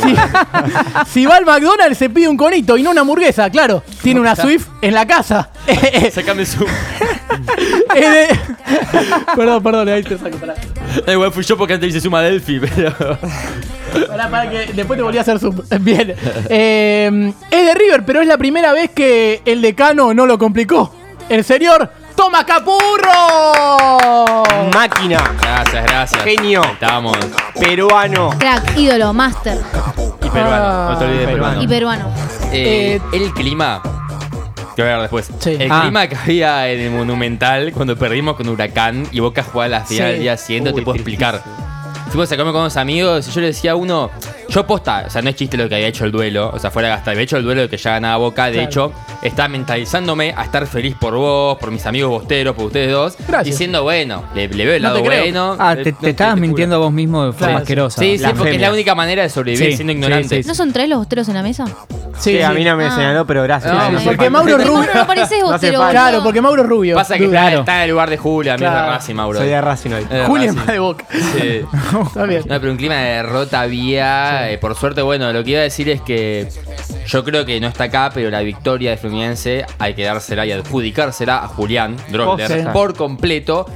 [SPEAKER 3] <laughs> si- <laughs> si va al McDonald's, se pide un conito y no una hamburguesa, claro. Tiene una Swift en la casa. Eh,
[SPEAKER 11] Sácame su.
[SPEAKER 3] <laughs> eh,
[SPEAKER 7] <laughs>
[SPEAKER 3] <laughs> perdón, perdón, ahí te saco. Pará,
[SPEAKER 11] Eh, Igual fui yo porque antes hice suma Delphi, <laughs> pero.
[SPEAKER 3] Pará, pará, que después te volví a hacer sub. <laughs> Bien. Eh, es de River, pero es la primera vez que el decano no lo complicó. El señor Toma Capurro.
[SPEAKER 13] Máquina,
[SPEAKER 11] Gracias, gracias.
[SPEAKER 13] Genio.
[SPEAKER 11] Estamos.
[SPEAKER 13] peruano.
[SPEAKER 6] Crack, ídolo, master
[SPEAKER 11] Y peruano. No te olvides de
[SPEAKER 13] peruano.
[SPEAKER 11] peruano.
[SPEAKER 6] y peruano.
[SPEAKER 11] Eh,
[SPEAKER 3] Eh,
[SPEAKER 11] el clima. Que voy a hablar después.
[SPEAKER 3] Sí.
[SPEAKER 11] El
[SPEAKER 7] Ah.
[SPEAKER 11] clima que había en el Monumental cuando perdimos con Huracán y Boca jugaba la final
[SPEAKER 3] Sí.
[SPEAKER 11] al día siguiente, no te puedo explicar. Fuimos a comer con unos amigos y yo le decía a uno, yo posta, o sea, no es chiste lo que había hecho el duelo, o sea, fuera de gastar, había hecho el duelo de que ya ganaba Boca, de
[SPEAKER 3] Claro.
[SPEAKER 11] hecho, estaba mentalizándome a estar feliz por vos, por mis amigos bosteros, por ustedes dos,
[SPEAKER 3] Gracias.
[SPEAKER 11] diciendo, bueno, le, le veo el
[SPEAKER 3] No
[SPEAKER 11] lado
[SPEAKER 3] te creo.
[SPEAKER 11] bueno.
[SPEAKER 7] Ah,
[SPEAKER 11] Eh,
[SPEAKER 7] te,
[SPEAKER 11] no,
[SPEAKER 7] te estabas
[SPEAKER 11] juro.
[SPEAKER 7] mintiendo a vos mismo de forma
[SPEAKER 3] Claro.
[SPEAKER 7] asquerosa.
[SPEAKER 11] Sí, sí,
[SPEAKER 7] Las
[SPEAKER 11] porque es la
[SPEAKER 7] femias.
[SPEAKER 11] única manera de sobrevivir
[SPEAKER 7] Sí,
[SPEAKER 11] siendo
[SPEAKER 7] sí,
[SPEAKER 11] ignorante.
[SPEAKER 7] sí, sí.
[SPEAKER 6] ¿No son tres los bosteros en la mesa?
[SPEAKER 13] Sí, a mí no me
[SPEAKER 6] Ah.
[SPEAKER 13] señaló, pero gracias.
[SPEAKER 11] No,
[SPEAKER 13] Sí,
[SPEAKER 3] porque
[SPEAKER 13] sí.
[SPEAKER 3] Mauro es rubio.
[SPEAKER 6] Mauro, no pareces
[SPEAKER 13] No hace
[SPEAKER 6] bostero.
[SPEAKER 13] falta.
[SPEAKER 3] Claro,
[SPEAKER 6] boludo.
[SPEAKER 3] porque Mauro es rubio.
[SPEAKER 11] Pasa que
[SPEAKER 3] Du-
[SPEAKER 11] está- está en el lugar de Julio, a mí
[SPEAKER 3] Claro.
[SPEAKER 11] de Racing, Mauro.
[SPEAKER 13] Soy de Racing hoy.
[SPEAKER 11] Eh, de
[SPEAKER 3] Julio es
[SPEAKER 11] Racing.
[SPEAKER 3] más de boca.
[SPEAKER 11] Sí.
[SPEAKER 3] Está bien.
[SPEAKER 11] No, Ah, pero un clima de rota vía. eh, por suerte, bueno, lo que iba a decir es que yo creo que no está acá, pero la victoria de Fluminense hay que dársela y adjudicársela a Julián
[SPEAKER 13] Oh, sí.
[SPEAKER 11] Drogler por completo.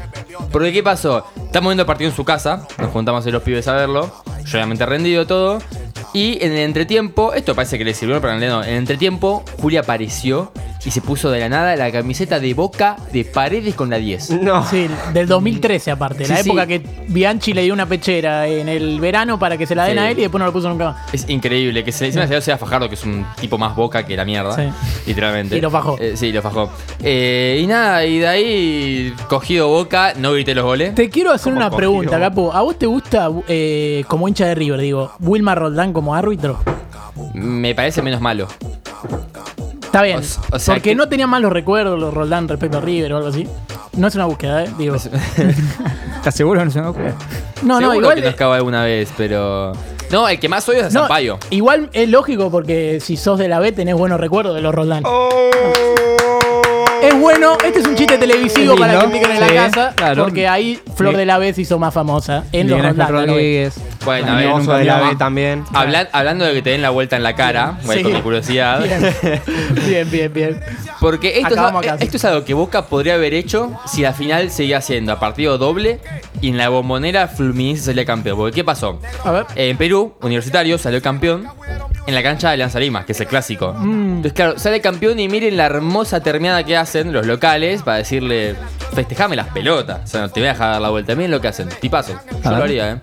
[SPEAKER 11] Porque, ¿qué pasó? Estamos viendo el partido en su casa, nos juntamos ahí los pibes a verlo, yo obviamente rendido todo. Y en el entretiempo, esto parece que le sirvió, pero en realidad no. En el entretiempo, Julia apareció y se puso de la nada la camiseta de boca de paredes con la 10.
[SPEAKER 13] No.
[SPEAKER 3] Sí, del 2013 aparte, la
[SPEAKER 11] Sí, sí.
[SPEAKER 3] época que Bianchi le dio una pechera en el verano para que se la den
[SPEAKER 11] Sí.
[SPEAKER 3] a él y después no lo puso nunca más.
[SPEAKER 11] Es increíble que se encima se sea Fajardo, que es un tipo más boca que la mierda.
[SPEAKER 3] Sí.
[SPEAKER 11] Literalmente.
[SPEAKER 3] Y lo fajó.
[SPEAKER 11] Eh, sí, lo fajó. Eh, y nada, y de ahí cogido boca, no grité los goles.
[SPEAKER 3] Te quiero hacer
[SPEAKER 13] ¿Cómo
[SPEAKER 3] una
[SPEAKER 13] cogió?
[SPEAKER 3] pregunta, Capo. ¿A vos te gusta, eh, como hincha de River, digo, Wilmar Roldán como árbitro?
[SPEAKER 11] Me parece menos malo.
[SPEAKER 3] Está bien.
[SPEAKER 11] O s- o sea
[SPEAKER 3] porque
[SPEAKER 11] que-
[SPEAKER 3] no tenían malos recuerdos los Roldán respecto a River o algo así. No es una búsqueda, ¿eh?
[SPEAKER 11] <laughs>
[SPEAKER 3] Digo.
[SPEAKER 7] ¿Estás seguro? No se me ocurre.
[SPEAKER 3] No, no,
[SPEAKER 11] Seguro
[SPEAKER 3] igual.
[SPEAKER 11] que nos cagó alguna vez, pero. No, el que más odio es a
[SPEAKER 3] no,
[SPEAKER 11] Sampaio.
[SPEAKER 3] igual es lógico porque si sos de la B tenés buenos recuerdos de los Roldán. Es bueno, este es un chiste televisivo
[SPEAKER 7] Es
[SPEAKER 3] para que
[SPEAKER 7] lindo,
[SPEAKER 3] piquen en la
[SPEAKER 7] sí,
[SPEAKER 3] casa,
[SPEAKER 7] claro.
[SPEAKER 3] porque ahí Flor de la B se hizo más famosa en los
[SPEAKER 7] Miguel Ángel
[SPEAKER 3] Roldán. la novela.
[SPEAKER 7] Rodríguez.
[SPEAKER 11] Bueno, a ver,
[SPEAKER 13] Amigo
[SPEAKER 7] nunca
[SPEAKER 13] de la
[SPEAKER 7] vi.
[SPEAKER 13] B también.
[SPEAKER 11] habla- hablando de que te den la vuelta en la cara, bueno,
[SPEAKER 3] Sí.
[SPEAKER 11] con curiosidad.
[SPEAKER 3] Bien, <laughs> bien, bien.
[SPEAKER 11] Porque esto
[SPEAKER 3] Acabamos
[SPEAKER 11] es,
[SPEAKER 3] acá, sí.
[SPEAKER 11] esto es algo que Boca podría haber hecho si la final seguía siendo a partido doble y en la bombonera Fluminense salía campeón. Porque ¿qué pasó?
[SPEAKER 3] A ver.
[SPEAKER 11] Eh, En Perú, Universitario salió campeón en la cancha de Alianza Lima, que es el clásico.
[SPEAKER 3] Mm.
[SPEAKER 11] Entonces, claro, sale campeón y miren la hermosa terminada que hacen los locales para decirle, festejame las pelotas. O sea, no te voy a dejar dar la vuelta. Miren lo que hacen, tipazo. Yo
[SPEAKER 7] ver.
[SPEAKER 11] lo haría, ¿eh?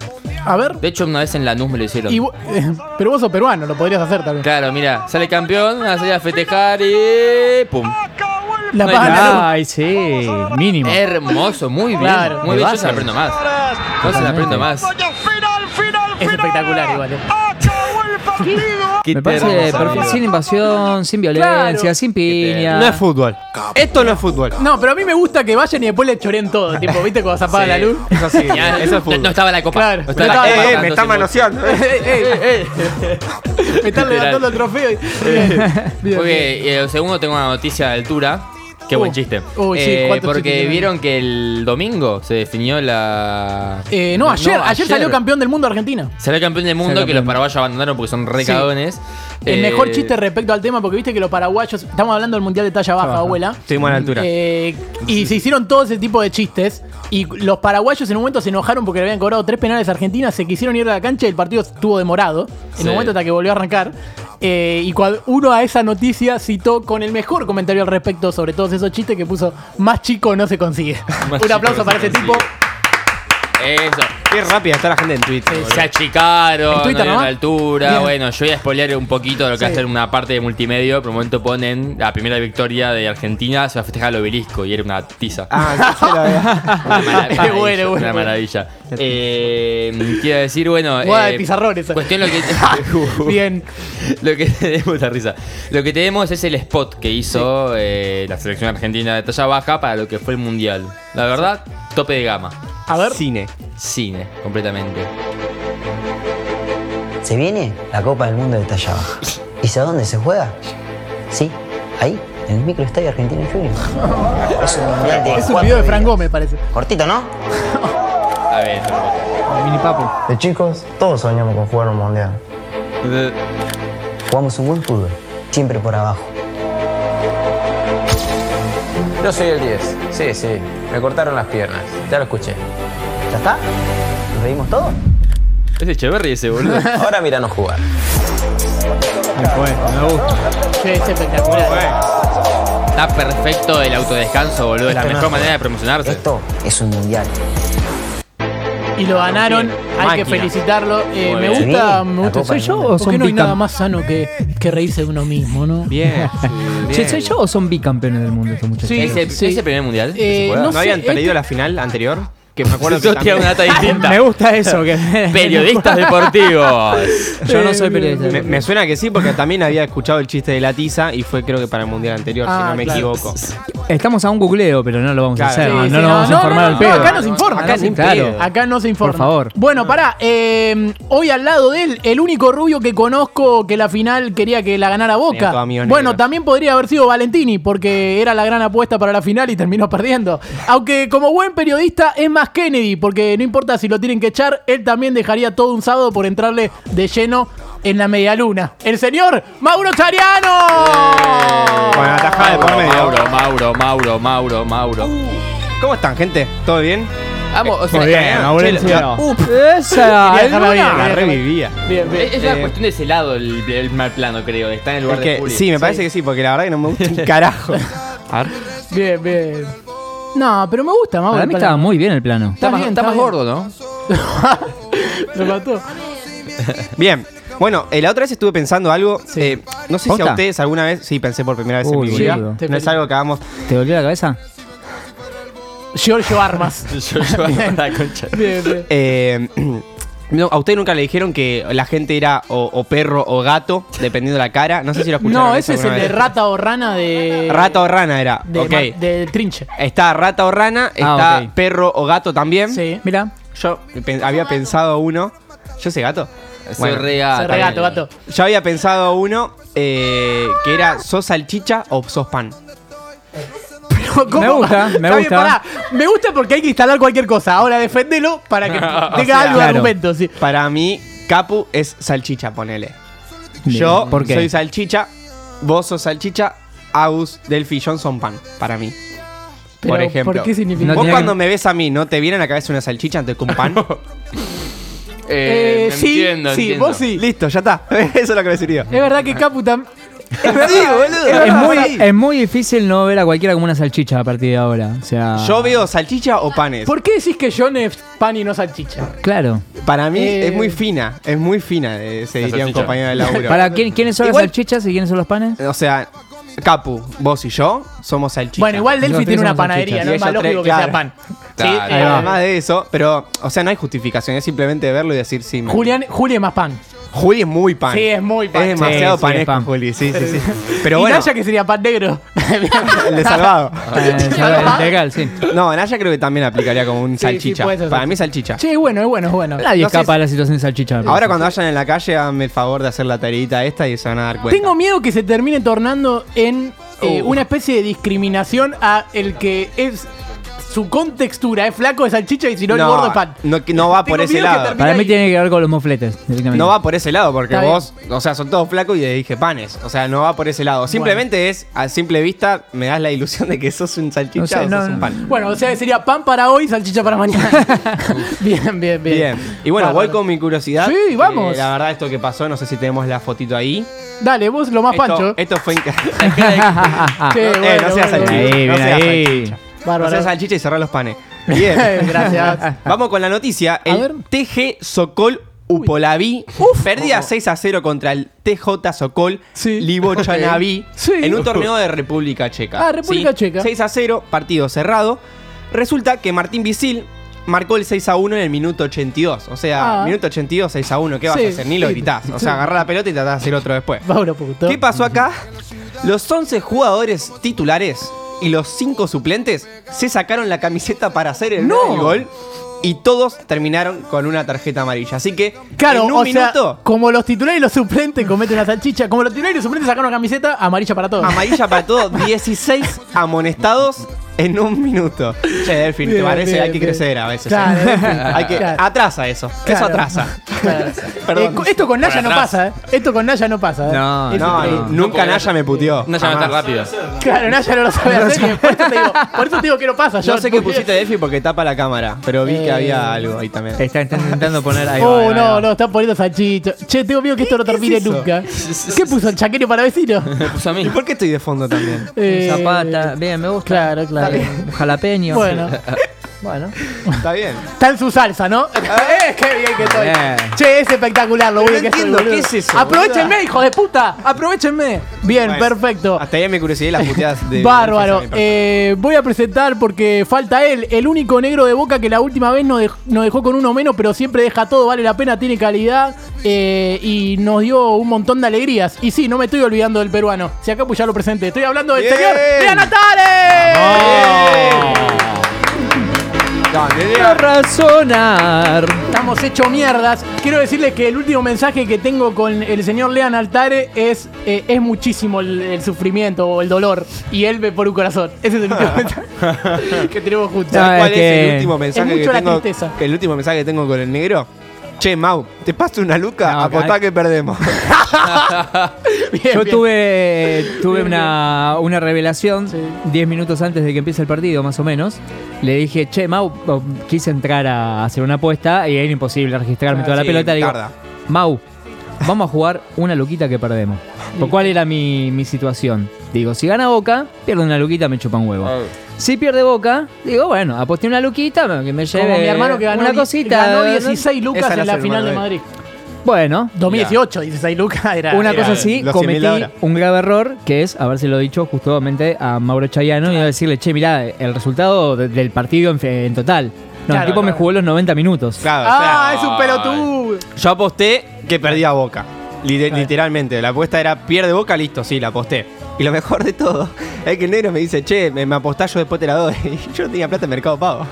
[SPEAKER 3] A ver.
[SPEAKER 11] De hecho, una vez en Lanús me lo hicieron.
[SPEAKER 3] y vo- pero vos sos peruano, lo podrías hacer también.
[SPEAKER 11] Claro, mira, sale campeón, sale a festejar y... ¡Pum!
[SPEAKER 3] La
[SPEAKER 11] no,
[SPEAKER 3] paja en la luz.
[SPEAKER 7] Ay, sí. Mínimo.
[SPEAKER 11] Hermoso, muy bien.
[SPEAKER 3] Claro.
[SPEAKER 11] Muy bien, yo
[SPEAKER 7] Bárbaro.
[SPEAKER 11] se la aprendo más. Yo se la aprendo más.
[SPEAKER 3] Es espectacular igual. eh.
[SPEAKER 7] Me parece Eh, perfil sin invasión, sin violencia,
[SPEAKER 3] Claro.
[SPEAKER 7] sin piña.
[SPEAKER 13] No es fútbol. Esto no es fútbol.
[SPEAKER 3] No, pero a mí me gusta que vayan y después le choren
[SPEAKER 11] <laughs>
[SPEAKER 3] todo. Tipo, ¿viste cuando se apaga
[SPEAKER 11] Sí,
[SPEAKER 3] la luz?
[SPEAKER 11] eso sí, eso es fútbol. No- no estaba la copa.
[SPEAKER 3] <laughs> Claro.
[SPEAKER 11] No estaba la copa, Eh, eh, me está entonces- manoseando. <laughs>
[SPEAKER 3] Eh, eh, eh. Me están levantando el trofeo. y- <laughs> Bien, bien.
[SPEAKER 11] Porque eh, segundo tengo una noticia de altura. Qué
[SPEAKER 3] Uh,
[SPEAKER 11] buen chiste.
[SPEAKER 3] uy, sí,
[SPEAKER 11] Eh,
[SPEAKER 3] ¿cuántos chistes
[SPEAKER 11] porque
[SPEAKER 3] tienen?
[SPEAKER 11] vieron que el domingo se definió la.
[SPEAKER 3] Eh, no, ayer, ayer, salió campeón del mundo Argentina.
[SPEAKER 11] Salió campeón del mundo
[SPEAKER 7] Salió
[SPEAKER 11] que
[SPEAKER 7] campeón.
[SPEAKER 11] los paraguayos abandonaron porque son
[SPEAKER 3] Sí.
[SPEAKER 11] recadones.
[SPEAKER 3] El
[SPEAKER 11] Eh,
[SPEAKER 3] mejor chiste respecto al tema, porque viste que los paraguayos, estamos hablando del mundial de talla baja, abuela.
[SPEAKER 13] Estuvimos a la altura.
[SPEAKER 3] Eh, y se hicieron todo ese tipo de chistes. Y los paraguayos en un momento se enojaron porque le habían cobrado tres penales a Argentina. Se quisieron ir a la cancha y el partido estuvo demorado. En
[SPEAKER 11] Sí.
[SPEAKER 3] un momento hasta que volvió a arrancar. Eh, y cuando uno a esa noticia citó con el mejor comentario al respecto sobre todos esos chistes que puso: Más chico no se consigue. <laughs> un
[SPEAKER 11] chico
[SPEAKER 3] aplauso
[SPEAKER 11] no
[SPEAKER 3] para
[SPEAKER 11] se
[SPEAKER 3] ese tipo.
[SPEAKER 11] Eso.
[SPEAKER 13] Qué rápida está la gente en Twitter. boludo.
[SPEAKER 11] Se achicaron,
[SPEAKER 3] ¿En
[SPEAKER 11] no
[SPEAKER 3] Twitter
[SPEAKER 11] dieron
[SPEAKER 3] nomás?
[SPEAKER 11] la altura.
[SPEAKER 3] Bien.
[SPEAKER 11] Bueno, yo voy a spoilear un poquito lo que
[SPEAKER 3] Sí.
[SPEAKER 11] hace en una parte de multimedia. Por un momento ponen la primera victoria de Argentina, se va a festejar el obelisco y era una tiza.
[SPEAKER 13] Ah, sí, se la veo.
[SPEAKER 11] <laughs> Una maravilla,
[SPEAKER 3] Bueno, bueno,
[SPEAKER 11] Una
[SPEAKER 3] bueno.
[SPEAKER 11] maravilla. Eh, quiero decir, bueno.
[SPEAKER 3] Guada de
[SPEAKER 11] eh,
[SPEAKER 3] pizarrón esa.
[SPEAKER 11] Cuestión lo que.
[SPEAKER 3] <laughs>
[SPEAKER 11] <laughs>
[SPEAKER 3] Bien.
[SPEAKER 11] Lo que tenemos la risa. Lo que tenemos es el spot que hizo eh, la selección argentina de talla baja para lo que fue el mundial. La verdad, tope de gama.
[SPEAKER 3] A ver.
[SPEAKER 13] Cine.
[SPEAKER 11] Cine, completamente.
[SPEAKER 14] Se viene la Copa del Mundo de talla baja. ¿Y sabes dónde se juega? Sí, ahí, en el microestadio argentino Junior. Es un mundial de
[SPEAKER 3] Es un
[SPEAKER 14] cuatro
[SPEAKER 3] video de
[SPEAKER 14] días.
[SPEAKER 3] Fran Gómez, parece.
[SPEAKER 14] Cortito,
[SPEAKER 15] <laughs>
[SPEAKER 14] ¿no?
[SPEAKER 11] A ver.
[SPEAKER 7] Mini papo.
[SPEAKER 14] De chicos, todos soñamos con jugar un mundial. Jugamos un buen fútbol, siempre por abajo.
[SPEAKER 15] Yo soy el 10. Sí, sí. Me cortaron las piernas. Ya lo escuché.
[SPEAKER 14] ¿Ya está? ¿Nos reímos todos?
[SPEAKER 11] Es Echeverry
[SPEAKER 14] <laughs>
[SPEAKER 11] ese, boludo.
[SPEAKER 15] Ahora míranos jugar.
[SPEAKER 13] me gusta.
[SPEAKER 3] Sí, es espectacular.
[SPEAKER 11] Está perfecto el autodescanso, boludo. Es la
[SPEAKER 14] Esto Este no
[SPEAKER 11] mejor
[SPEAKER 14] es
[SPEAKER 11] manera de promocionarse.
[SPEAKER 14] Esto es un mundial.
[SPEAKER 3] Y lo ganaron, hay que
[SPEAKER 11] Máquina.
[SPEAKER 3] felicitarlo. Eh,
[SPEAKER 11] Muy
[SPEAKER 3] me
[SPEAKER 11] bien.
[SPEAKER 3] gusta,
[SPEAKER 14] Sí,
[SPEAKER 3] me
[SPEAKER 14] la
[SPEAKER 3] gusta.
[SPEAKER 14] Copa
[SPEAKER 3] ¿Soy
[SPEAKER 14] del
[SPEAKER 3] yo
[SPEAKER 14] Mundo.
[SPEAKER 3] o Porque
[SPEAKER 7] Son
[SPEAKER 3] no hay
[SPEAKER 7] bicam-
[SPEAKER 3] nada más sano que, que reírse de uno mismo, no?
[SPEAKER 7] Bien. Che, ¿Soy yo o son bicampeones del mundo estos muchachos?
[SPEAKER 3] Sí,
[SPEAKER 11] ¿Es, el,
[SPEAKER 3] sí.
[SPEAKER 11] es el primer mundial?
[SPEAKER 3] Eh,
[SPEAKER 13] ¿No,
[SPEAKER 3] no sé,
[SPEAKER 13] habían perdido
[SPEAKER 3] este-
[SPEAKER 13] la final anterior? Que me acuerdo que
[SPEAKER 11] Yo tiro una
[SPEAKER 13] también-
[SPEAKER 11] data distinta.
[SPEAKER 7] Me gusta eso. Que
[SPEAKER 11] <laughs> Periodistas deportivos.
[SPEAKER 7] Yo no soy periodista.
[SPEAKER 13] Me, me suena que sí, porque también había escuchado el chiste de la tiza y fue creo que para el mundial anterior, si
[SPEAKER 3] Ah,
[SPEAKER 13] no me
[SPEAKER 3] claro.
[SPEAKER 13] equivoco.
[SPEAKER 7] Estamos a un googleo, pero no lo vamos a
[SPEAKER 13] Claro.
[SPEAKER 7] hacer. Eh,
[SPEAKER 13] Sí,
[SPEAKER 7] no
[SPEAKER 3] sí,
[SPEAKER 7] no lo vamos a informar al
[SPEAKER 3] no,
[SPEAKER 7] pedo.
[SPEAKER 3] acá nos informa.
[SPEAKER 13] Acá
[SPEAKER 3] Acá,
[SPEAKER 13] ni
[SPEAKER 3] no-
[SPEAKER 7] claro.
[SPEAKER 13] pedo.
[SPEAKER 3] acá no se informa.
[SPEAKER 7] Por favor.
[SPEAKER 3] Bueno, pará. eh, hoy al lado de él, el único rubio que conozco que la final quería que la ganara
[SPEAKER 13] Tenía todo
[SPEAKER 3] Boca.
[SPEAKER 13] amigo negro.
[SPEAKER 3] Bueno, también podría haber sido Valentini, porque era la gran apuesta para la final y terminó <laughs> perdiendo. Aunque como buen periodista es más Kennedy, porque no importa si lo tienen que echar, él también dejaría todo un sábado por entrarle de lleno en la medialuna. El señor Mauro Chariano.
[SPEAKER 13] Con la tajada de por medio.
[SPEAKER 11] Mauro, Mauro, Mauro, Mauro, Mauro.
[SPEAKER 13] ¿Cómo están, gente? ¿Todo bien?
[SPEAKER 11] Vamos, o sea,
[SPEAKER 7] Muy bien,
[SPEAKER 11] eh,
[SPEAKER 7] Mauro
[SPEAKER 11] che,
[SPEAKER 7] Enciano.
[SPEAKER 11] uh,
[SPEAKER 7] Esa,
[SPEAKER 3] Quería
[SPEAKER 7] el
[SPEAKER 3] dejarla bien,
[SPEAKER 7] Luna.
[SPEAKER 13] La
[SPEAKER 3] quería dejarla-
[SPEAKER 13] revivía.
[SPEAKER 3] Bien, bien.
[SPEAKER 11] es una
[SPEAKER 13] Eh,
[SPEAKER 11] cuestión de ese lado el, el mal plano, creo. Está en el lugar de
[SPEAKER 13] Porque,
[SPEAKER 11] Juli.
[SPEAKER 13] sí, me parece que sí, porque la verdad que no me gusta un carajo.
[SPEAKER 11] A ver.
[SPEAKER 3] Bien, bien. No, pero me gusta, Mauro.
[SPEAKER 7] Para mí estaba muy bien el plano.
[SPEAKER 11] Está, más,
[SPEAKER 3] bien,
[SPEAKER 11] está
[SPEAKER 3] está
[SPEAKER 11] más
[SPEAKER 3] bien.
[SPEAKER 11] gordo, ¿no?
[SPEAKER 3] <laughs> Se mató.
[SPEAKER 13] Bien. Bueno, eh, la otra vez estuve pensando algo. eh, no sé si a
[SPEAKER 7] ¿Posta?
[SPEAKER 13] ustedes alguna vez. Sí, pensé por primera vez en
[SPEAKER 7] Uy,
[SPEAKER 13] mi vida.
[SPEAKER 7] sí,
[SPEAKER 3] te
[SPEAKER 13] no es
[SPEAKER 3] felicito.
[SPEAKER 13] algo que hagamos.
[SPEAKER 7] ¿Te dolió la cabeza?
[SPEAKER 3] Giorgio Armas.
[SPEAKER 11] Yo llevo la concha.
[SPEAKER 3] <laughs> Bien, bien.
[SPEAKER 13] Eh, <clears throat> no, a ustedes nunca le dijeron que la gente era o, o perro o gato, dependiendo de la cara. No sé si lo escucharon.
[SPEAKER 3] No,
[SPEAKER 13] eso
[SPEAKER 3] ese es el
[SPEAKER 13] alguna
[SPEAKER 3] de
[SPEAKER 13] vez.
[SPEAKER 3] rata o rana de.
[SPEAKER 13] Rata o rana era.
[SPEAKER 3] de,
[SPEAKER 13] ok.
[SPEAKER 3] ma- de trinche.
[SPEAKER 13] Está rata o rana, está
[SPEAKER 7] Ah, ok.
[SPEAKER 13] perro o gato también.
[SPEAKER 3] Sí.
[SPEAKER 7] Mira.
[SPEAKER 13] Yo pe- había pensado uno. ¿Yo sé gato?
[SPEAKER 11] Soy
[SPEAKER 13] Bueno,
[SPEAKER 11] re
[SPEAKER 3] Se regato, gato.
[SPEAKER 13] yo había pensado uno eh, que era sos salchicha o sos pan.
[SPEAKER 3] ¿Cómo?
[SPEAKER 7] Me gusta, me
[SPEAKER 3] Está bien,
[SPEAKER 7] gusta.
[SPEAKER 3] pará. Me gusta porque hay que instalar cualquier cosa. Ahora defendelo para
[SPEAKER 11] <laughs>
[SPEAKER 3] que tenga
[SPEAKER 13] sea,
[SPEAKER 3] algo de
[SPEAKER 7] claro.
[SPEAKER 3] argumento. Sí.
[SPEAKER 13] Para mí, Capu es salchicha, ponele.
[SPEAKER 7] Bien,
[SPEAKER 13] Yo
[SPEAKER 7] ¿por qué?
[SPEAKER 13] soy salchicha, vos sos salchicha, Agus, Delphi, John son pan, para mí.
[SPEAKER 3] Pero,
[SPEAKER 13] por ejemplo.
[SPEAKER 3] ¿Por qué significa?
[SPEAKER 7] No
[SPEAKER 13] vos
[SPEAKER 7] tiene
[SPEAKER 13] cuando
[SPEAKER 7] que-
[SPEAKER 13] me ves a mí, ¿no te viene a la cabeza una salchicha antes
[SPEAKER 7] <laughs>
[SPEAKER 13] con pan?
[SPEAKER 11] Eh,
[SPEAKER 3] Eh, sí,
[SPEAKER 11] entiendo,
[SPEAKER 3] sí,
[SPEAKER 11] entiendo.
[SPEAKER 3] vos sí.
[SPEAKER 13] Listo, ya está. <laughs> Eso es lo que me sirvió.
[SPEAKER 3] Es
[SPEAKER 13] <laughs>
[SPEAKER 3] verdad que Caputam.
[SPEAKER 7] Es muy, es muy difícil no ver a cualquiera como una salchicha a partir de ahora. O sea.
[SPEAKER 13] Yo veo salchicha o panes.
[SPEAKER 3] ¿Por qué decís que John es pan y no salchicha?
[SPEAKER 7] Claro.
[SPEAKER 13] Para mí
[SPEAKER 3] Eh.
[SPEAKER 13] es muy fina, es muy fina, eh, se
[SPEAKER 11] La
[SPEAKER 13] diría un
[SPEAKER 11] salchicha.
[SPEAKER 13] compañero de laburo.
[SPEAKER 7] ¿Para quién- quiénes son
[SPEAKER 13] Igual-
[SPEAKER 7] las salchichas y quiénes son los panes?
[SPEAKER 13] O sea, Capu, vos y yo somos salchicha.
[SPEAKER 3] Bueno, igual Delphi
[SPEAKER 7] Nosotros
[SPEAKER 3] tiene una
[SPEAKER 7] somos
[SPEAKER 3] panadería,
[SPEAKER 7] salchichas.
[SPEAKER 3] no
[SPEAKER 13] Y
[SPEAKER 3] es más
[SPEAKER 13] ellos
[SPEAKER 3] lógico que
[SPEAKER 13] tres,
[SPEAKER 3] sea pan.
[SPEAKER 11] Claro.
[SPEAKER 13] eh, Además de eso, pero, o sea, no hay justificación, es simplemente verlo y decir sí. me-
[SPEAKER 3] Julián, Juli es más pan.
[SPEAKER 13] Juli es muy pan.
[SPEAKER 3] Sí, es muy pan.
[SPEAKER 13] Es demasiado
[SPEAKER 3] Sí, sí, es
[SPEAKER 13] panesco,
[SPEAKER 3] pan.
[SPEAKER 13] Juli. Sí, sí, sí.
[SPEAKER 3] <laughs>
[SPEAKER 13] Pero
[SPEAKER 3] y
[SPEAKER 13] bueno.
[SPEAKER 3] Naya que sería pan
[SPEAKER 13] <laughs>
[SPEAKER 3] negro.
[SPEAKER 13] El
[SPEAKER 3] <laughs>
[SPEAKER 13] de salvado.
[SPEAKER 3] Eh, salvado, integral,
[SPEAKER 13] sí. No, Naya creo que también aplicaría como un
[SPEAKER 3] sí,
[SPEAKER 13] salchicha.
[SPEAKER 3] puede ser
[SPEAKER 13] Para mí salchicha.
[SPEAKER 3] Sí, es bueno, es bueno, es bueno.
[SPEAKER 13] Nadie No sé escapa
[SPEAKER 7] La situación de salchicha.
[SPEAKER 13] Ahora cuando vayan en la calle, háganme el favor de hacer la tareita esta y se van a dar cuenta.
[SPEAKER 3] Tengo miedo que se termine tornando en eh,
[SPEAKER 13] Uh.
[SPEAKER 3] una especie de discriminación a el que es su contextura es flaco de salchicha y si no, el gordo es pan.
[SPEAKER 13] No, no va por
[SPEAKER 3] Tengo
[SPEAKER 13] ese
[SPEAKER 3] miedo que
[SPEAKER 13] lado.
[SPEAKER 3] termine Para mí ahí.
[SPEAKER 7] Tiene que ver con los mofletes. directamente.
[SPEAKER 13] No va por ese lado, porque
[SPEAKER 7] Está
[SPEAKER 13] vos, o sea, son todos flacos y le dije panes. O sea, no va por ese lado. Simplemente es, a simple vista, me das la ilusión de que sos un salchicha
[SPEAKER 3] No sé,
[SPEAKER 13] o
[SPEAKER 3] no,
[SPEAKER 13] sos
[SPEAKER 3] no.
[SPEAKER 13] un pan.
[SPEAKER 3] Bueno, o sea, sería pan para hoy, salchicha para
[SPEAKER 13] <laughs>
[SPEAKER 3] mañana. <laughs> bien, bien, bien.
[SPEAKER 13] Bien. Y bueno, voy con mi curiosidad.
[SPEAKER 3] Sí,
[SPEAKER 13] que
[SPEAKER 3] vamos.
[SPEAKER 13] la verdad, esto que pasó, no sé si tenemos la fotito ahí.
[SPEAKER 3] Dale, vos lo más
[SPEAKER 13] esto,
[SPEAKER 3] Ah, pancho.
[SPEAKER 13] Esto fue en
[SPEAKER 3] <laughs>
[SPEAKER 13] ca-
[SPEAKER 3] Sí,
[SPEAKER 13] <laughs> Eh,
[SPEAKER 3] bueno,
[SPEAKER 13] no seas
[SPEAKER 3] bueno.
[SPEAKER 13] salchicha.
[SPEAKER 3] Ahí,
[SPEAKER 13] no
[SPEAKER 3] bien
[SPEAKER 13] seas
[SPEAKER 3] ahí.
[SPEAKER 13] salchicha.
[SPEAKER 3] Bárbaro.
[SPEAKER 13] No seas salchicha y cerrar
[SPEAKER 3] <laughs>
[SPEAKER 13] los panes. Bien.
[SPEAKER 3] Gracias.
[SPEAKER 13] Vamos con la noticia. El TG Sokol Upolaví perdía 6 a 0 contra el TJ Sokol Libochanaví
[SPEAKER 3] <laughs> Ok. Sí.
[SPEAKER 13] en un torneo de República Checa.
[SPEAKER 3] Ah, República Checa.
[SPEAKER 13] 6 a 0, partido cerrado. Resulta que Martín Visil marcó el 6 a 1 en el minuto 82. O sea,
[SPEAKER 3] Ah.
[SPEAKER 13] minuto 82, 6 a 1. ¿Qué vas
[SPEAKER 3] Sí.
[SPEAKER 13] a hacer? Ni lo gritás. O sea, agarrá la pelota y tratás de hacer otro después.
[SPEAKER 3] Mauro Puto.
[SPEAKER 13] ¿Qué pasó acá? Los 11 jugadores titulares y los 5 suplentes se sacaron la camiseta para hacer el
[SPEAKER 3] ¡No!
[SPEAKER 13] nuevo gol y todos terminaron con una tarjeta amarilla. Así que
[SPEAKER 3] Claro,
[SPEAKER 13] en un
[SPEAKER 3] o
[SPEAKER 13] minuto,
[SPEAKER 3] sea, como los titulares y los suplentes cometen la salchicha, como los titulares y los suplentes sacan una camiseta amarilla para todos.
[SPEAKER 13] amarilla para todos, 16 amonestados en un minuto. Che, Delfín, ¿te
[SPEAKER 3] Bien,
[SPEAKER 13] parece?
[SPEAKER 3] bien,
[SPEAKER 13] Hay que
[SPEAKER 3] bien.
[SPEAKER 13] crecer a veces.
[SPEAKER 3] Claro,
[SPEAKER 13] ¿eh?
[SPEAKER 3] Delfín,
[SPEAKER 13] <laughs> Hay que,
[SPEAKER 3] claro.
[SPEAKER 13] Atrasa eso.
[SPEAKER 3] <laughs>
[SPEAKER 13] Eso
[SPEAKER 3] Claro. <laughs>
[SPEAKER 13] atrasa.
[SPEAKER 3] Eh, co- esto con Naya no
[SPEAKER 13] atrás.
[SPEAKER 3] pasa, ¿eh? Esto con Naya no pasa, ¿eh?
[SPEAKER 13] No,
[SPEAKER 3] Es
[SPEAKER 13] no,
[SPEAKER 3] increíble.
[SPEAKER 13] nunca Naya me puteó.
[SPEAKER 11] Naya va a estar rápida.
[SPEAKER 3] Claro, Naya no lo sabe
[SPEAKER 13] No
[SPEAKER 3] hacer. y Por eso, te digo, por eso te digo que no pasa.
[SPEAKER 13] Yo
[SPEAKER 3] John,
[SPEAKER 13] sé que
[SPEAKER 3] porque-
[SPEAKER 13] pusiste Delphi porque tapa la cámara, pero vi
[SPEAKER 3] Eh.
[SPEAKER 13] que había algo ahí también. <laughs>
[SPEAKER 7] Está, está intentando poner ahí.
[SPEAKER 3] oh, no, no, están poniendo salchicha. Che, tengo miedo que esto no termine
[SPEAKER 7] es eso?
[SPEAKER 3] nunca. ¿Qué puso el chaquero para vecino?
[SPEAKER 11] puso a mí.
[SPEAKER 13] ¿Y por qué estoy de fondo
[SPEAKER 3] <laughs>
[SPEAKER 13] también?
[SPEAKER 3] Eh,
[SPEAKER 7] Zapata, bien, me gusta.
[SPEAKER 3] Claro, claro.
[SPEAKER 7] Jalapeño.
[SPEAKER 3] Bueno.
[SPEAKER 7] bueno.
[SPEAKER 13] Está bien.
[SPEAKER 3] Está en su salsa, ¿no? <laughs> ¡Eh, qué bien que estoy!
[SPEAKER 7] Bien.
[SPEAKER 3] Che, es espectacular lo
[SPEAKER 13] Pero
[SPEAKER 3] bueno que
[SPEAKER 13] no entiendo,
[SPEAKER 3] estoy,
[SPEAKER 13] ¿qué
[SPEAKER 3] boludo.
[SPEAKER 13] es eso,
[SPEAKER 3] ¡Aprovechenme,
[SPEAKER 13] boluda?
[SPEAKER 3] hijo de puta! ¡Aprovechenme! Bien,
[SPEAKER 13] Bueno,
[SPEAKER 3] perfecto.
[SPEAKER 13] Hasta ahí me curiosidad y las
[SPEAKER 3] <laughs>
[SPEAKER 13] puteadas de.
[SPEAKER 3] Bárbaro.
[SPEAKER 13] de-
[SPEAKER 3] Eh, voy a presentar porque falta él, el único negro de boca que la última vez nos dej- nos dejó con uno menos, pero siempre deja todo, vale la pena, tiene calidad eh, y nos dio un montón de alegrías. Y sí, no me estoy olvidando del peruano. Si acá pues ya lo presente. Estoy hablando del
[SPEAKER 13] Bien.
[SPEAKER 3] señor Lea
[SPEAKER 13] Dale,
[SPEAKER 7] Quiero razonar.
[SPEAKER 3] Estamos hecho mierdas. Quiero decirles que el último mensaje que tengo con el señor Lean Altare es eh, es muchísimo el, el sufrimiento o el dolor. Y él ve por un corazón. Ese es
[SPEAKER 7] <laughs>
[SPEAKER 3] el último mensaje que tenemos juntos.
[SPEAKER 7] Ah,
[SPEAKER 13] ¿Sabes cuál es el último mensaje
[SPEAKER 3] es mucho
[SPEAKER 13] que
[SPEAKER 3] la
[SPEAKER 13] tengo?
[SPEAKER 3] tristeza.
[SPEAKER 13] que el último mensaje que tengo con el negro. Che, Mau, ¿te paso una luca?
[SPEAKER 7] No,
[SPEAKER 13] Apostá
[SPEAKER 7] acá-
[SPEAKER 13] que perdemos. <laughs>
[SPEAKER 7] Yo
[SPEAKER 3] bien.
[SPEAKER 7] tuve, tuve una, una revelación 10 minutos antes de que empiece el partido, más o menos. Le dije, che, Mau, o- quise entrar a hacer una apuesta y era imposible registrarme
[SPEAKER 13] Claro,
[SPEAKER 7] toda
[SPEAKER 3] Ah,
[SPEAKER 13] sí,
[SPEAKER 7] la pelota. Le digo,
[SPEAKER 13] tarda.
[SPEAKER 7] Mau, vamos a jugar una luquita que perdemos. Por cuál era mi, mi situación. Digo, si gana Boca, pierdo una luquita, me chupa un huevo.
[SPEAKER 3] Ah.
[SPEAKER 7] Si pierde Boca, digo, bueno, aposté una luquita, que me lleve
[SPEAKER 3] Como mi hermano que ganó,
[SPEAKER 7] una
[SPEAKER 3] di-
[SPEAKER 7] cosita.
[SPEAKER 3] ganó
[SPEAKER 7] ¿no?
[SPEAKER 3] 16 lucas en la final de Madrid.
[SPEAKER 7] Bueno.
[SPEAKER 3] 2018, 16 lucas era.
[SPEAKER 7] <laughs> Una
[SPEAKER 3] era-
[SPEAKER 7] cosa así, cometí un grave error que es habérselo dicho justamente a Mauro Chayano y a decirle, che, mirá, el resultado de- del partido en, fe- en total. No,
[SPEAKER 3] Claro,
[SPEAKER 7] el tipo me
[SPEAKER 3] claro.
[SPEAKER 7] jugó los 90 minutos.
[SPEAKER 13] Claro, o sea,
[SPEAKER 3] Ah, es un pelotudo.
[SPEAKER 13] yo aposté que perdía boca. Lite- Literalmente, la apuesta era pierde boca, listo, sí, la aposté. Y lo mejor de todo <laughs> es que el negro me dice, che, me, me apostás, yo después te la doy. <laughs> Y yo no tenía plata en Mercado Pago.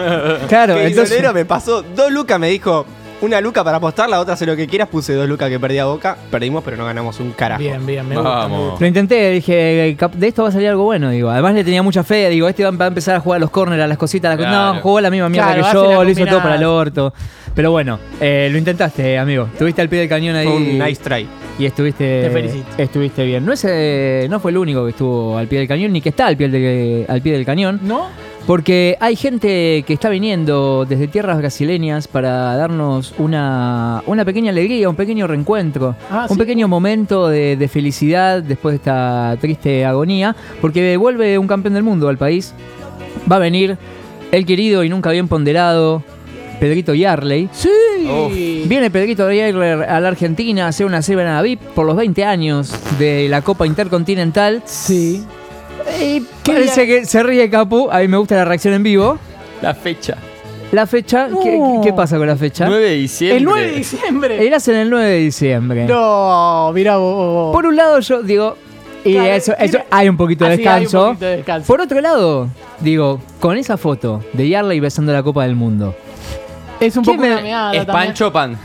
[SPEAKER 7] <laughs> Claro,
[SPEAKER 13] Que hizo
[SPEAKER 7] entonces-
[SPEAKER 13] el negro me pasó dos lucas, me dijo, una luca para apostar, la otra hace lo que quieras, puse dos lucas que perdía boca, perdimos pero no ganamos un carajo.
[SPEAKER 3] Bien, bien, me
[SPEAKER 7] Lo intenté, dije, "Cap- de esto va a salir algo bueno, digo. Además le tenía mucha fe, digo, este va va a empezar a jugar a los corners, a las cositas, a las co-
[SPEAKER 11] Claro.
[SPEAKER 7] No, jugó la misma mierda
[SPEAKER 3] Claro,
[SPEAKER 7] que
[SPEAKER 3] hace la
[SPEAKER 7] yo, lo hizo todo
[SPEAKER 3] combinada.
[SPEAKER 7] para el orto. Pero bueno, eh, lo intentaste, amigo. Estuviste al pie del cañón ahí.
[SPEAKER 13] Fue un nice try.
[SPEAKER 7] Y estuviste.
[SPEAKER 3] Te felicito.
[SPEAKER 7] Estuviste bien. No, es, eh, no fue el único que estuvo al pie del cañón, ni que está al pie, de- al pie del cañón.
[SPEAKER 3] ¿No?
[SPEAKER 7] Porque hay gente que está viniendo desde tierras brasileñas para darnos una, una pequeña alegría, un pequeño reencuentro,
[SPEAKER 3] Ah,
[SPEAKER 7] un
[SPEAKER 3] sí.
[SPEAKER 7] pequeño momento de, de felicidad después de esta triste agonía, porque vuelve un campeón del mundo al país. Va a venir el querido y nunca bien ponderado Pedrito Yarley.
[SPEAKER 3] Sí.
[SPEAKER 7] Viene Pedrito Yarler a la Argentina a hacer una cena VIP por los 20 años de la Copa Intercontinental.
[SPEAKER 3] Sí.
[SPEAKER 7] Y parece que se ríe Capu, a mí me gusta la reacción en vivo.
[SPEAKER 11] La fecha.
[SPEAKER 7] La fecha, ¿qué-
[SPEAKER 3] No.
[SPEAKER 7] ¿qué, qué pasa con la fecha?
[SPEAKER 11] 9 de diciembre.
[SPEAKER 3] El 9 de diciembre.
[SPEAKER 7] Él hace el 9 de diciembre.
[SPEAKER 3] No, mirá vos.
[SPEAKER 7] Por un lado yo digo, y
[SPEAKER 3] Claro,
[SPEAKER 7] eso,
[SPEAKER 3] tiene-
[SPEAKER 7] eso- hay un poquito de
[SPEAKER 3] Ah, sí, hay un
[SPEAKER 7] descanso.
[SPEAKER 3] poquito de descanso.
[SPEAKER 7] Por otro lado, digo, con esa foto de Yarley besando la Copa del Mundo.
[SPEAKER 3] Es un
[SPEAKER 7] ¿Quién
[SPEAKER 3] poco
[SPEAKER 7] me-
[SPEAKER 3] una meada
[SPEAKER 11] Es
[SPEAKER 3] también.
[SPEAKER 11] Pancho Pan.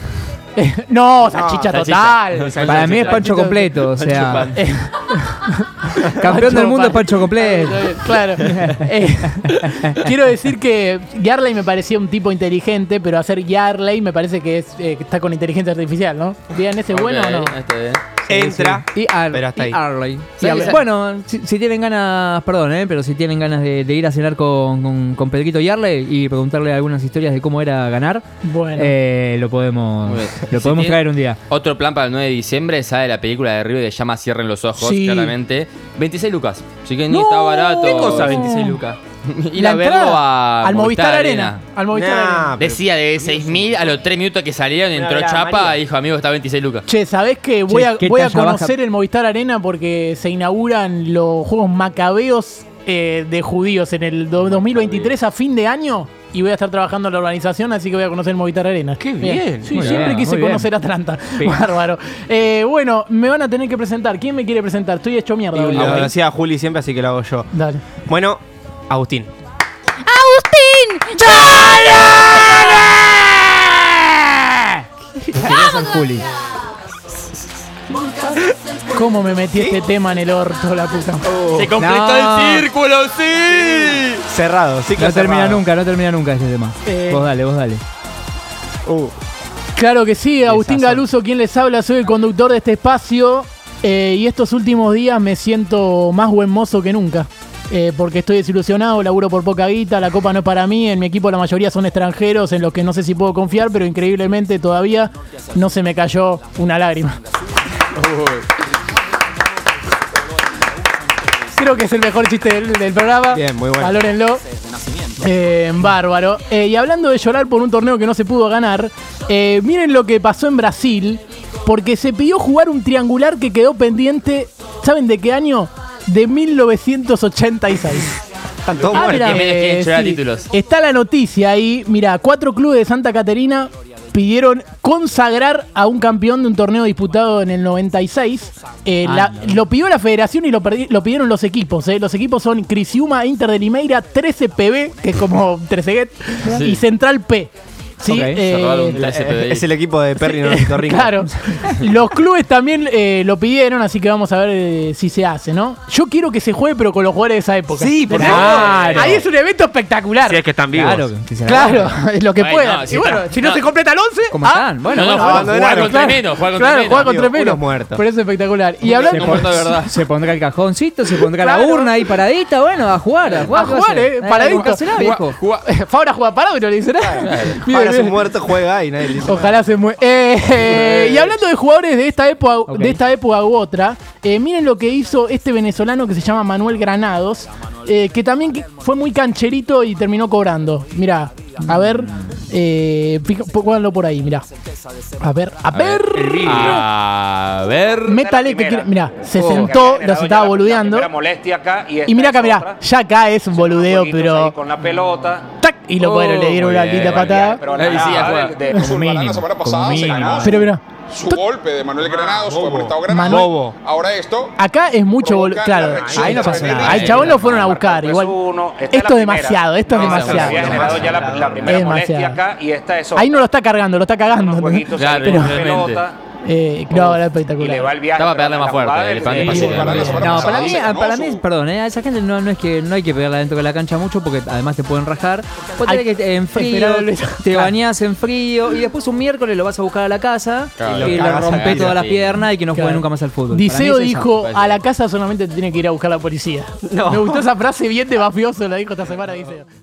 [SPEAKER 3] <laughs> No, salchicha
[SPEAKER 11] No,
[SPEAKER 3] total.
[SPEAKER 11] salchicha.
[SPEAKER 7] Para mí es Pancho
[SPEAKER 3] Pancho
[SPEAKER 7] completo, o
[SPEAKER 11] Pancho
[SPEAKER 7] sea.
[SPEAKER 11] Pan.
[SPEAKER 7] <laughs> Campeón del
[SPEAKER 3] Pancho
[SPEAKER 7] mundo es
[SPEAKER 3] Pan.
[SPEAKER 7] Pancho completo.
[SPEAKER 3] <laughs>
[SPEAKER 7] <laughs>
[SPEAKER 3] Claro. Eh, <laughs> quiero decir que Yarley me parecía un tipo inteligente, pero hacer Yarley me parece que es, eh, que está con inteligencia artificial, ¿no? Digan, ¿ese es bueno o no?
[SPEAKER 11] Ok, está bien.
[SPEAKER 13] Entra.
[SPEAKER 7] Y Ar-
[SPEAKER 13] Pero
[SPEAKER 7] y
[SPEAKER 13] hasta ahí.
[SPEAKER 7] Arley.
[SPEAKER 11] Sí,
[SPEAKER 7] Y Arley.
[SPEAKER 11] sí.
[SPEAKER 7] Bueno, si, si tienen ganas, perdón, eh, pero si tienen ganas de, de ir a cenar con, con, con Pedrito y Arley y preguntarle algunas historias de cómo era ganar,
[SPEAKER 3] Bueno.
[SPEAKER 7] eh, lo podemos,
[SPEAKER 11] Muy bien.
[SPEAKER 7] lo
[SPEAKER 11] Si
[SPEAKER 7] podemos
[SPEAKER 11] tiene-
[SPEAKER 7] traer un día.
[SPEAKER 11] Otro plan para el 9 de diciembre sale la película de River que se llama Cierren los ojos,
[SPEAKER 7] Sí.
[SPEAKER 11] claramente. 26 lucas. Así que ni
[SPEAKER 3] No.
[SPEAKER 11] está barato.
[SPEAKER 3] ¿Qué cosa 26 lucas?
[SPEAKER 11] Ir a verlo a
[SPEAKER 3] al Movistar Arena. Al Movistar
[SPEAKER 11] Nah,
[SPEAKER 3] Arena.
[SPEAKER 11] Decía de 6.000 a los 3 minutos que salieron, entró
[SPEAKER 3] mirá,
[SPEAKER 11] Chapa
[SPEAKER 3] María.
[SPEAKER 11] y dijo, amigo, está 26 lucas.
[SPEAKER 3] Che, ¿sabés que voy
[SPEAKER 11] Che,
[SPEAKER 3] a,
[SPEAKER 11] ¿qué
[SPEAKER 3] voy a
[SPEAKER 11] talla baja?
[SPEAKER 3] conocer el Movistar Arena porque se inauguran los Juegos Macabeos eh, de Judíos en el do- 2023 a fin de año? Y voy a estar trabajando en la organización, así que voy a conocer el Movistar Arena. ¡Qué
[SPEAKER 2] bien,
[SPEAKER 3] Sí,
[SPEAKER 2] muy
[SPEAKER 3] siempre
[SPEAKER 2] bien,
[SPEAKER 3] quise
[SPEAKER 2] muy bien.
[SPEAKER 3] conocer Atlanta.
[SPEAKER 2] Sí.
[SPEAKER 3] <laughs> Bárbaro. Eh, bueno, me van a tener que presentar. ¿Quién me quiere presentar? Estoy hecho mierda.
[SPEAKER 13] Y
[SPEAKER 3] boludo.
[SPEAKER 13] lo decía Juli siempre, así que lo hago yo.
[SPEAKER 3] Dale.
[SPEAKER 13] Bueno, Agustín.
[SPEAKER 6] ¡Agustín!
[SPEAKER 7] San Juli.
[SPEAKER 3] ¿Cómo me metí este tema en el orto, la puta?
[SPEAKER 11] ¡Se completó
[SPEAKER 7] No.
[SPEAKER 11] el círculo, sí!
[SPEAKER 13] Cerrado, sí
[SPEAKER 7] No termina nunca, no termina nunca este tema.
[SPEAKER 3] Eh.
[SPEAKER 7] Vos dale, vos dale.
[SPEAKER 13] Uh,
[SPEAKER 3] Claro que sí, Agustín Galuso, quien les habla, soy el conductor de este espacio eh, y estos últimos días me siento más buen mozo que nunca. eh, porque estoy desilusionado, laburo por poca guita, la copa no es para mí, en mi equipo la mayoría son extranjeros en los que no sé si puedo confiar, pero increíblemente todavía no se me cayó una lágrima. Creo que es el mejor chiste del, del programa.
[SPEAKER 13] Bien, muy bueno.
[SPEAKER 3] Valórenlo. Eh, bárbaro. Eh, y hablando de llorar por un torneo que no se pudo ganar, eh, miren lo que pasó en Brasil, porque se pidió jugar un triangular que quedó pendiente, ¿saben de qué año? De 1986.
[SPEAKER 13] Están
[SPEAKER 11] todos
[SPEAKER 7] Ah,
[SPEAKER 3] Ah,
[SPEAKER 11] muertos. ¿Quién menos quiere llorar títulos?
[SPEAKER 3] Eh, Está la noticia ahí. Mira, cuatro clubes de Santa Caterina pidieron consagrar a un campeón de un torneo disputado en el 96. Eh,
[SPEAKER 7] Ah,
[SPEAKER 3] la-
[SPEAKER 7] no.
[SPEAKER 3] Lo pidió la federación y lo, perdi- lo pidieron los equipos. eh. Los equipos son Crisiuma, Inter de Limeira, 13PB, que es como 13
[SPEAKER 13] Sí.
[SPEAKER 3] y Central P. Sí,
[SPEAKER 13] Ok.
[SPEAKER 3] eh,
[SPEAKER 13] La- eh, es el equipo de
[SPEAKER 3] <laughs>
[SPEAKER 13] Perry Ornitorrinco.
[SPEAKER 3] Claro. Los clubes también eh, lo pidieron, así que vamos a ver eh, si se hace, ¿no? Yo quiero que se juegue, pero con los jugadores de esa época.
[SPEAKER 13] Sí, por
[SPEAKER 3] Claro.
[SPEAKER 13] favor.
[SPEAKER 3] Ahí es un evento espectacular.
[SPEAKER 12] Si es que están vivos.
[SPEAKER 7] Claro, que se la
[SPEAKER 3] Claro, <laughs>
[SPEAKER 7] ganen.
[SPEAKER 3] lo que
[SPEAKER 7] Bueno,
[SPEAKER 3] puedan.
[SPEAKER 7] no,
[SPEAKER 3] y
[SPEAKER 7] si
[SPEAKER 3] bueno,
[SPEAKER 7] está-
[SPEAKER 3] si no,
[SPEAKER 7] no.
[SPEAKER 3] se completa el 11.
[SPEAKER 7] ¿Cómo están? Bueno,
[SPEAKER 3] no,
[SPEAKER 7] bueno,
[SPEAKER 3] jugar,
[SPEAKER 7] abandonaron.
[SPEAKER 3] con tres menos. Jugar con claro,
[SPEAKER 7] menos.
[SPEAKER 3] jugar con
[SPEAKER 7] Amigo,
[SPEAKER 3] tres menos.
[SPEAKER 7] unos muertos.
[SPEAKER 3] Por eso es espectacular. Y
[SPEAKER 7] se,
[SPEAKER 3] hablando.
[SPEAKER 7] pon- <laughs> se pondrá el cajoncito, se pondrá la
[SPEAKER 3] Claro.
[SPEAKER 7] urna ahí paradita, bueno, a jugar, a
[SPEAKER 3] A
[SPEAKER 7] jugar.
[SPEAKER 3] jugar, eh, paradito.
[SPEAKER 7] será,
[SPEAKER 3] Jugar-
[SPEAKER 7] viejo?
[SPEAKER 3] <laughs> Fabra juega parado y no le ¿eh? dice <laughs> nada. Bien,
[SPEAKER 13] Ahora es
[SPEAKER 3] bien.
[SPEAKER 13] un muerto, juega y nadie le dice nada.
[SPEAKER 3] Ojalá se muera. y hablando de jugadores de esta época, de esta época u otra, eh, miren lo que hizo este venezolano que se llama Manuel Granados, eh, que también que- fue muy cancherito y terminó cobrando. Mirá, a ver, eh, pica- pónganlo por ahí, mirá. A ver, a ver.
[SPEAKER 11] A ver.
[SPEAKER 3] Métale que quiere- mirá, se
[SPEAKER 11] Oh.
[SPEAKER 3] sentó, los estaba boludeando.
[SPEAKER 5] molestia acá y,
[SPEAKER 3] Y mirá acá, mirá, ya acá es un boludeo, pero.
[SPEAKER 5] con la pelota.
[SPEAKER 3] ¡Tac! Y lo bueno, le dieron una linda patada. <laughs>
[SPEAKER 16] Como mínimo, la semana pasada se ganó
[SPEAKER 3] Pero mirá.
[SPEAKER 16] su golpe de Manuel Granados, fue amonestado Granados.
[SPEAKER 3] Manuel- Bobo.
[SPEAKER 16] Ahora esto.
[SPEAKER 3] Acá es mucho bol-
[SPEAKER 16] Provoca la
[SPEAKER 3] Claro,
[SPEAKER 16] reacción Pues Ahí no de pasa Fernández. nada.
[SPEAKER 3] Al chabón lo fueron a buscar. Igual.
[SPEAKER 5] Esta
[SPEAKER 3] Esto es
[SPEAKER 5] la primera.
[SPEAKER 3] demasiado, esto es
[SPEAKER 5] No,
[SPEAKER 3] demasiado.
[SPEAKER 5] Se había generado ya la, la primera
[SPEAKER 3] Es
[SPEAKER 5] molestia
[SPEAKER 3] demasiado.
[SPEAKER 5] acá y esta es otra.
[SPEAKER 3] Ahí no lo está cargando, lo está cagando. ¿entendés?
[SPEAKER 5] Claro,
[SPEAKER 3] Pero-
[SPEAKER 5] realmente.
[SPEAKER 3] Eh,
[SPEAKER 16] Pues
[SPEAKER 3] no, era
[SPEAKER 5] y le
[SPEAKER 3] espectacular.
[SPEAKER 5] va el viaje.
[SPEAKER 11] Estaba a
[SPEAKER 5] pero
[SPEAKER 11] pegarle
[SPEAKER 5] la
[SPEAKER 11] más
[SPEAKER 5] jugada
[SPEAKER 11] fuerte.
[SPEAKER 5] del-
[SPEAKER 11] El pan de
[SPEAKER 5] del-
[SPEAKER 11] pasito.
[SPEAKER 7] No, para mí, para mí, perdón, eh, a esa gente no, no es que no hay que pegarla dentro de la cancha mucho porque además te pueden rajar. Vos
[SPEAKER 3] Hay
[SPEAKER 7] tenés que eh, en frío,
[SPEAKER 3] esperar el-
[SPEAKER 7] te bañás en frío y después un miércoles lo vas a buscar a la casa
[SPEAKER 11] Claro.
[SPEAKER 7] y
[SPEAKER 11] Y
[SPEAKER 7] le
[SPEAKER 11] lo cagás a
[SPEAKER 7] rompés
[SPEAKER 11] la
[SPEAKER 7] toda la
[SPEAKER 11] vida.
[SPEAKER 7] pierna y que no juegue
[SPEAKER 11] Claro.
[SPEAKER 7] nunca más al fútbol.
[SPEAKER 3] Diceo
[SPEAKER 7] Para mí es esa.
[SPEAKER 3] dijo, a la casa solamente te tiene que ir a buscar la policía.
[SPEAKER 7] No.
[SPEAKER 3] Me gustó esa frase bien de mafioso, la dijo esta semana Diceo.